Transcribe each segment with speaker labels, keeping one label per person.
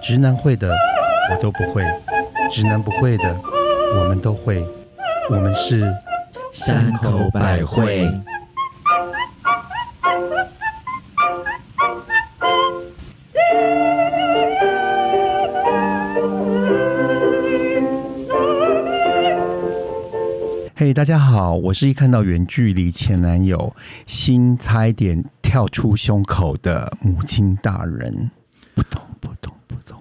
Speaker 1: 直男会的我都不会，直男不会的我们都会，我们是
Speaker 2: 山口百惠。
Speaker 1: 嘿、大家好，我是一看到远距离前男友心差一点跳出胸口的母亲大人，扑通扑通扑通。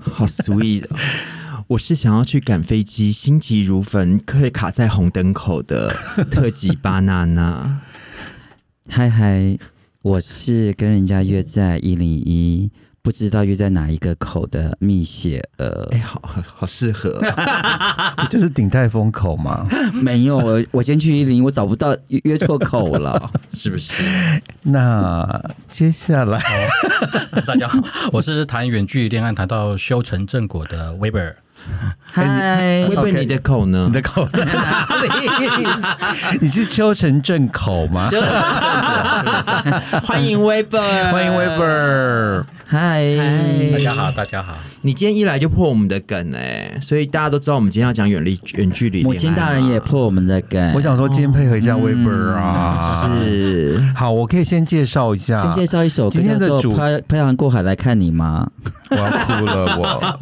Speaker 2: 好 sweet！哦我是想要去赶飞机，心急如焚，可以卡在红灯口的特级巴娜娜。
Speaker 3: 嗨嗨，我是跟人家约在一零一，不知道约在哪一个口的蜜雪 儿
Speaker 2: 哎、。好好好适合哦、
Speaker 1: 不就是顶泰风口吗？
Speaker 3: 没有，我我先去一零，我找不到约约错口了。
Speaker 2: 是不是？
Speaker 1: 那接下来，
Speaker 4: 大家好，我是谈远距离恋爱谈到修成正果的 Weber。
Speaker 3: 嗨
Speaker 2: 会，不会你的口呢
Speaker 1: 你？的口在哪里？你是修成正口吗？
Speaker 2: 欢迎 Weber，
Speaker 1: 欢迎 Weber。
Speaker 4: 大
Speaker 3: 嗨，
Speaker 4: 家好，大家好。
Speaker 2: 你今天一来就破我们的梗哎、所以大家都知道我们今天要讲远离远距离恋爱嘛。
Speaker 3: 母亲大人也破我们的梗。
Speaker 1: 我想说，今天配合一下 Weber 啊，
Speaker 2: 是
Speaker 1: 好，我可以先介绍一下，
Speaker 3: 先介绍一首歌
Speaker 1: 今天
Speaker 3: 叫
Speaker 1: 的
Speaker 3: 做
Speaker 1: 主
Speaker 3: 《漂漂洋过海来看你》吗？
Speaker 1: 我要哭了，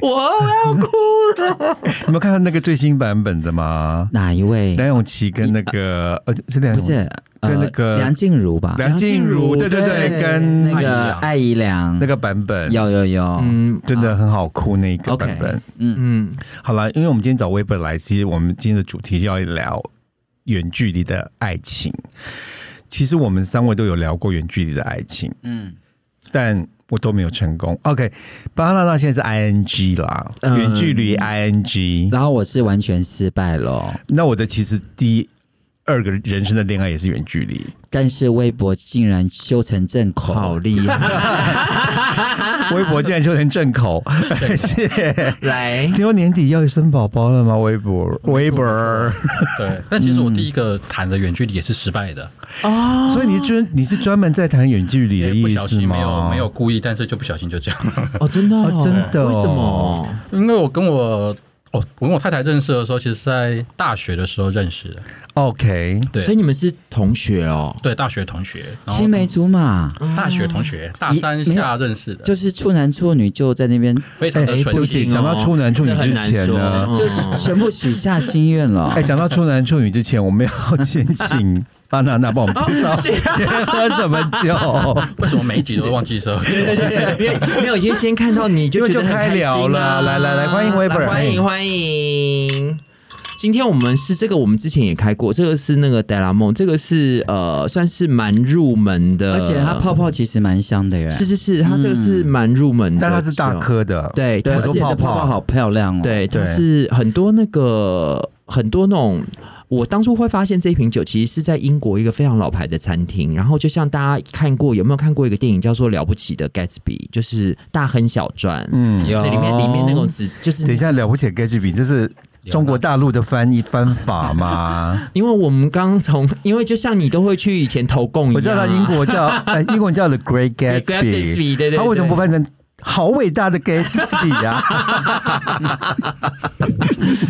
Speaker 1: 我，
Speaker 2: 我要哭了。
Speaker 1: 你们有看到那个最新版本的吗？
Speaker 3: 哪一位？
Speaker 1: 梁咏琪跟那个呃，是梁
Speaker 3: 不
Speaker 1: 咏琪
Speaker 3: 是，
Speaker 1: 跟那
Speaker 3: 呃
Speaker 1: 个
Speaker 3: 梁静茹吧？
Speaker 1: 梁静茹，对
Speaker 2: 梁静茹
Speaker 1: 对对，
Speaker 2: 对
Speaker 1: 跟
Speaker 3: 那个艾怡良
Speaker 1: 那，个版本，
Speaker 3: 有有有，
Speaker 2: 嗯
Speaker 1: 真的很好哭那个版
Speaker 3: OK，
Speaker 1: 本。
Speaker 3: 嗯，
Speaker 2: 嗯，
Speaker 1: 好了，因为我们今天找 Weber 来，其实我们今天的主题就要聊远距离的爱情。其实我们三位都有聊过远距离的爱情，
Speaker 3: 嗯，
Speaker 1: 但我都没有成功。OK，巴拉那现在是 ING 啦，
Speaker 2: 嗯
Speaker 1: 远距离 ING。
Speaker 3: 然后我是完全失败了，
Speaker 1: 那我的其实第二个人生的恋爱也是远距离，
Speaker 3: 但是微博竟然修成正口，
Speaker 2: 好厉害。
Speaker 1: 微博竟然修成正口， 而且
Speaker 2: 来，
Speaker 1: 听说年底要生宝宝了吗？ 微博，微博，
Speaker 4: 对，但其实我第一个谈的远距离也是失败的，
Speaker 1: 所以你是专你是专门在谈远距离的
Speaker 4: 也哎不
Speaker 1: 意
Speaker 4: 小
Speaker 1: 思
Speaker 4: 心
Speaker 1: 吗？
Speaker 4: 没有没有故意，但是就不小心就这样。
Speaker 2: 哦，真的、哦
Speaker 1: 哦真的哦
Speaker 2: 为什么？
Speaker 4: 因为我跟我哦，我跟我太太认识的时候，其实是在大学的时候认识的，
Speaker 1: OK，
Speaker 4: 对
Speaker 2: 所以你们是同学哦。
Speaker 4: 对，大学同学，然后
Speaker 3: 青梅竹马，
Speaker 4: 大学同学，大三下认识的，
Speaker 3: 就是处男处女就在那边，
Speaker 4: 非常的
Speaker 2: 哎
Speaker 4: 纯
Speaker 1: 不
Speaker 4: 情
Speaker 1: 行。讲到处男处女之前呢
Speaker 2: 这
Speaker 3: 就
Speaker 2: 很难说嗯
Speaker 3: 是全部许下心愿了。
Speaker 1: 哎、讲到处男处女之前，我们要先请巴娜娜帮我们介绍今天 喝什么酒，
Speaker 4: 为什么每一集都忘记说？
Speaker 2: 对对对，因为没有先先看到你就
Speaker 1: 因
Speaker 2: 觉
Speaker 1: 为就
Speaker 2: 得很
Speaker 1: 开
Speaker 2: 开心啊
Speaker 1: 聊了来来来欢迎 Weber
Speaker 2: 欢迎欢迎。今天我们是这个，我们之前也开过，这个是那个黛拉梦，这个是呃，算是蛮入门的，
Speaker 3: 而且它泡泡其实蛮香的耶，
Speaker 2: 呃是是是，它这个是蛮入门 的，
Speaker 1: 嗯但它是大，颗的，
Speaker 2: 对
Speaker 3: 对，
Speaker 1: 我
Speaker 3: 而
Speaker 1: 说
Speaker 3: 且
Speaker 1: 泡
Speaker 3: 这
Speaker 1: 泡
Speaker 3: 泡泡好漂亮哦。，
Speaker 2: 对，它
Speaker 1: 对
Speaker 2: 是很多那个很多那种。我当初会发现这一瓶酒其实是在英国一个非常老牌的餐厅，然后就像大家看过有没有看过一个电影叫做《了不起的哦盖茨比》，就是大亨小传，
Speaker 1: 嗯，
Speaker 3: 有
Speaker 2: 那里面里面那种纸就是
Speaker 1: 等一下了不起的 g a g 这是中国大陆的翻译翻法吗？
Speaker 2: 因为我们刚从，因为就像你都会去以前投共一样，
Speaker 1: 我知道它英国叫呃英国叫 The Great
Speaker 2: 对嗯 Great
Speaker 1: Gatsby，
Speaker 2: Gatsby，对对对，
Speaker 1: 它为什么不翻成好伟大的 Gatsby 啊呀、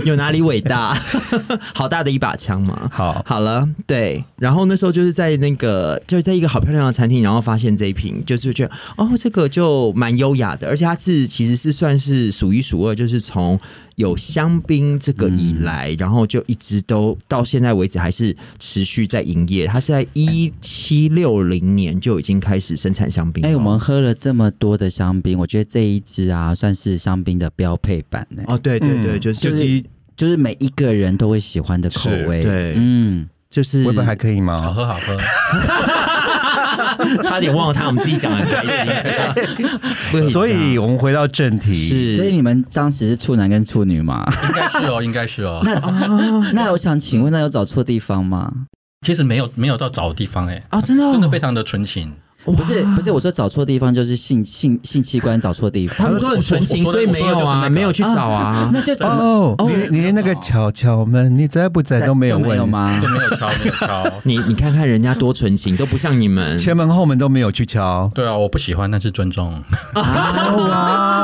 Speaker 2: 有哪里伟大？ 好大的一把枪嘛！
Speaker 1: 好，
Speaker 2: 好了，对，然后那时候就是在那个，就是在一个好漂亮的餐厅，然后发现这一瓶，就是觉得哦，这个就蛮优雅的，而且它是其实是算是数一数二，就是从有香槟这个以来，
Speaker 4: 嗯
Speaker 2: 然后就一直都到现在为止还是持续在营业，它是在一七六零年就已经开始生产香槟了。
Speaker 3: 哎，我们喝了这么多的香槟，我觉得这一支啊算是香槟的标配版呢，
Speaker 2: 哦，对对对，
Speaker 1: 嗯
Speaker 2: 就是
Speaker 1: 就鸡
Speaker 3: 就是每一个人都会喜欢的口味。
Speaker 2: 是对
Speaker 3: 嗯，
Speaker 2: 就是
Speaker 1: 微博还可以
Speaker 4: 嗯哦好
Speaker 1: 吗？
Speaker 4: 喝好 喝，
Speaker 2: 差点忘了他，我们自己讲的 开心。
Speaker 1: 所以我们回到正题，
Speaker 2: 是，
Speaker 3: 所以你们当时是处男跟处女吗？
Speaker 4: 应该是哦，应该是哦。
Speaker 3: 那我想请问，那有找错地方吗？
Speaker 4: 其实没有没有到找地方哎、
Speaker 2: 啊，真的哦
Speaker 4: 真的非常的纯情。
Speaker 3: 不是不是，我说找错地方就是性性性器官找错地
Speaker 2: 他
Speaker 3: 方
Speaker 2: 们，说很纯情，
Speaker 4: 我说
Speaker 2: 所以没有
Speaker 4: 我说的就是那
Speaker 2: 啊，
Speaker 4: 个
Speaker 2: 没有去找啊。。
Speaker 3: 那就怎么
Speaker 1: 哦，你你那个巧巧们，你在不在都没有
Speaker 3: 没有
Speaker 1: 问？
Speaker 3: 吗？
Speaker 4: 就没有敲，没有敲
Speaker 2: 你你看看人家多纯情，都不像你们。
Speaker 1: 前门后门都没有去敲。
Speaker 4: 对啊，我不喜欢，但是尊重。
Speaker 1: 哇哦
Speaker 4: 对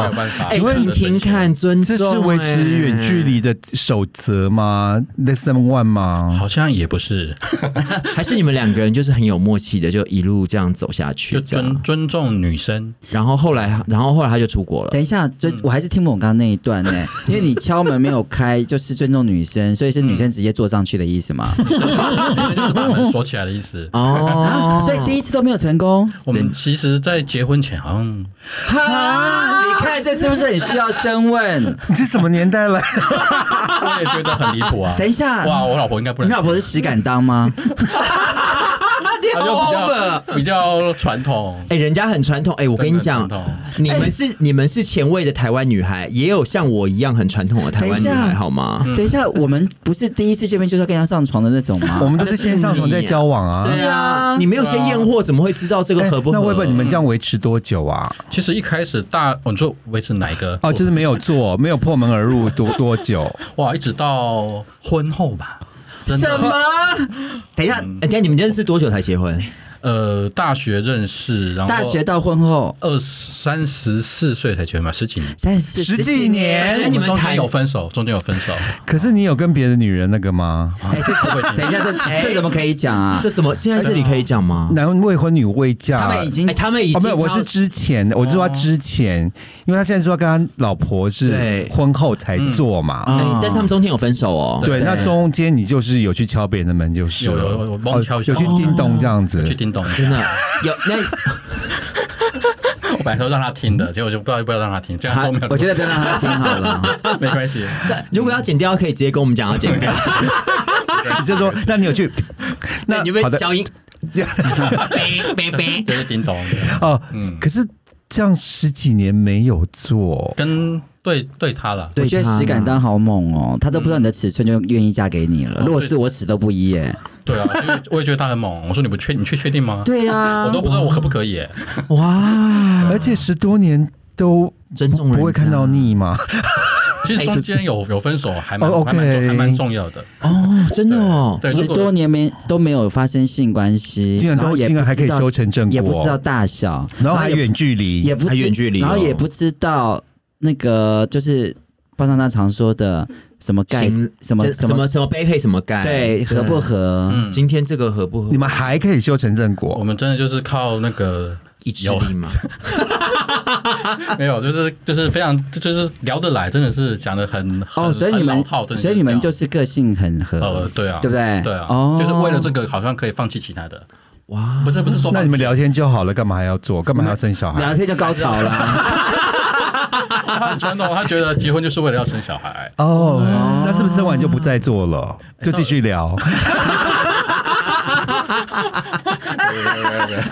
Speaker 4: 没有办法。
Speaker 2: 哎，
Speaker 1: 请问
Speaker 2: 听听看，尊重
Speaker 1: 啊这是维持
Speaker 2: 哎
Speaker 1: 远距离的守则吗？Lesson one 吗？
Speaker 4: 好像也不是，
Speaker 2: 还是你们两个人就是很有默契的，就一路这样走下
Speaker 4: 就
Speaker 2: 去，这
Speaker 4: 尊
Speaker 2: 样。
Speaker 4: 尊重女生。
Speaker 2: 然后后来，然后后来他就出国了
Speaker 3: 等。一下，就
Speaker 4: 嗯
Speaker 3: 我还是听不懂刚刚那一段 呢、因为你敲门没有开，就是尊重女生，所以是女
Speaker 4: 嗯
Speaker 3: 生直接坐上去的意 思嘛？
Speaker 4: 就是把门锁起来的意思。
Speaker 2: 哦，
Speaker 3: 啊所以第一次都没有成功。
Speaker 4: 我们其实，在结婚前好像
Speaker 3: 哈，啊你看这是不是很需要深问？
Speaker 1: 你是什么年代了？
Speaker 4: 我也觉得很离谱啊。
Speaker 3: 等一下，
Speaker 4: 哇，我老嗯婆应该不
Speaker 3: 你
Speaker 4: 能，
Speaker 3: 老婆是石敢当吗？
Speaker 4: 她就比较比较传统。
Speaker 2: 哎、人家很传统。哎、我跟你讲
Speaker 4: 真的很传，
Speaker 2: 你们是、你们是前卫的台湾女孩，也有像我一样很传统的台湾女
Speaker 3: 等一
Speaker 2: 孩，
Speaker 3: 下
Speaker 2: 好吗？
Speaker 3: 等一下，我们不是第一次见面就是要跟人家上床的那种
Speaker 1: 我
Speaker 3: 吗？
Speaker 1: 们都是先上床再交往啊。
Speaker 3: 对啊
Speaker 2: 你没有先验货，怎么会知道这个
Speaker 1: 哎
Speaker 2: 合不合？
Speaker 1: 那会不会你们这样维持多久啊？
Speaker 4: 其实一开始大，哦你说维持哪一个？
Speaker 1: 哦，就是没有做，没有破门而入多多久？
Speaker 4: 哇，一直到婚后吧。真
Speaker 3: 什
Speaker 4: 的，
Speaker 3: 么？等一下，
Speaker 4: 嗯
Speaker 2: 哎？等一下你们认识多久才结婚？
Speaker 4: 呃，大学认识，然后
Speaker 3: 大学到婚后
Speaker 4: 二三十四岁才结婚吧，十几年。
Speaker 3: 三十
Speaker 1: 十几年
Speaker 2: 所以
Speaker 4: 我
Speaker 2: 你们
Speaker 4: 们中间
Speaker 2: 谈
Speaker 4: 有分手，中间有分手，
Speaker 1: 可是你有跟别的女人那个吗？
Speaker 3: 哎，这 等一下，这这怎么可以讲啊？
Speaker 2: 这怎么？现在这里可以讲吗？
Speaker 1: 男未婚女未嫁，
Speaker 3: 他们已
Speaker 2: 哎、
Speaker 3: 经
Speaker 2: 他们已经、
Speaker 1: 哦，没有，我是之前，我是说他之前，因为他现在说他跟他老婆是
Speaker 2: 对
Speaker 1: 婚后才做嘛。
Speaker 3: 嗯
Speaker 2: 哎、但是他们中间有分手哦。
Speaker 1: 对，
Speaker 3: 对
Speaker 1: 那中间你就是有去敲别人的门，就是
Speaker 4: 有有
Speaker 1: 了哦
Speaker 4: 有我帮你敲一下
Speaker 1: 有去叮咚这样子。
Speaker 4: 去叮 咚。
Speaker 2: 真的有那
Speaker 4: 我本来说让他听的，结果就不知道不要让他听，这样
Speaker 3: 好
Speaker 4: 都没有。
Speaker 3: 我觉得不要让他听好了。
Speaker 4: 得没关系，
Speaker 2: 这如果要剪掉，可以直接跟我们讲要剪掉。
Speaker 1: 你就说，那你有去？ 那
Speaker 2: 对你会
Speaker 1: 好的
Speaker 2: 消音。呗呗呗。
Speaker 4: 就是叮咚。
Speaker 1: 哦
Speaker 4: 嗯，
Speaker 1: 可是这样十几年没有做，
Speaker 4: 跟对对他了，
Speaker 2: 对
Speaker 3: 我觉得
Speaker 2: 他
Speaker 3: 石敢当好猛哦，他都不知道你的尺寸就愿意嫁给你了。
Speaker 4: 哦
Speaker 3: 如果是我死都不依耶。
Speaker 4: 对啊， 因为我也觉得他很猛。我说你不确，你确确定吗？
Speaker 3: 对啊，
Speaker 4: 我都不知道我可不可以、欸。
Speaker 2: 哇，
Speaker 1: 而且十多年都
Speaker 2: 尊嗯重人家啊
Speaker 1: 不会看到腻吗？
Speaker 4: 其
Speaker 3: 哎
Speaker 4: 实中间有有分手，还蛮、
Speaker 1: 哦，OK
Speaker 4: 还蛮重还蛮重要的。
Speaker 2: 哦，真的哦，
Speaker 4: 对，
Speaker 3: 十
Speaker 4: 如果
Speaker 3: 多年没都没有发生性关系，
Speaker 1: 竟然
Speaker 3: 后
Speaker 1: 都
Speaker 3: 也
Speaker 1: 竟然
Speaker 3: 不
Speaker 1: 还可以
Speaker 3: 知道
Speaker 1: 修成正果，
Speaker 3: 也不知道大小，
Speaker 1: 然后还
Speaker 3: 也
Speaker 1: 远距离，
Speaker 3: 也不
Speaker 2: 还
Speaker 3: 知
Speaker 2: 远距离哦
Speaker 3: 然后也不知道那个就是棒棒糖常说的什么盖
Speaker 2: 行
Speaker 3: 什么
Speaker 2: 这
Speaker 3: 什
Speaker 2: 什么什么杯配什么盖，
Speaker 3: 对合不合？
Speaker 4: 嗯，
Speaker 2: 今天这个合不合？
Speaker 1: 你们还可以修成正
Speaker 4: 我
Speaker 1: 果，
Speaker 4: 们真的就是靠那个
Speaker 2: 一致力吗？
Speaker 4: 没有，就是就是非常就是聊得来，真的是讲的很
Speaker 3: 哦，
Speaker 4: 很
Speaker 3: 所以你
Speaker 4: 很老
Speaker 3: 们
Speaker 4: 套，真的
Speaker 3: 所以你们
Speaker 4: 这
Speaker 3: 就
Speaker 4: 样
Speaker 3: 是个性很
Speaker 4: 呃
Speaker 3: 合，
Speaker 4: 对啊
Speaker 3: 对不对？
Speaker 4: 对啊，
Speaker 3: 哦，
Speaker 4: 就是为了这个好像可以放弃其他的，
Speaker 2: 哇，
Speaker 4: 不是不是说
Speaker 1: 那
Speaker 4: 放
Speaker 1: 你们
Speaker 4: 弃
Speaker 1: 聊天就好了，干嘛还要做？干嘛还要生小
Speaker 3: 聊
Speaker 1: 孩？
Speaker 3: 天就高潮 啦。
Speaker 4: 他很传统，他觉得结婚就是为了要生小孩，
Speaker 1: 哦，那是不是生完就不再做了？就继续聊。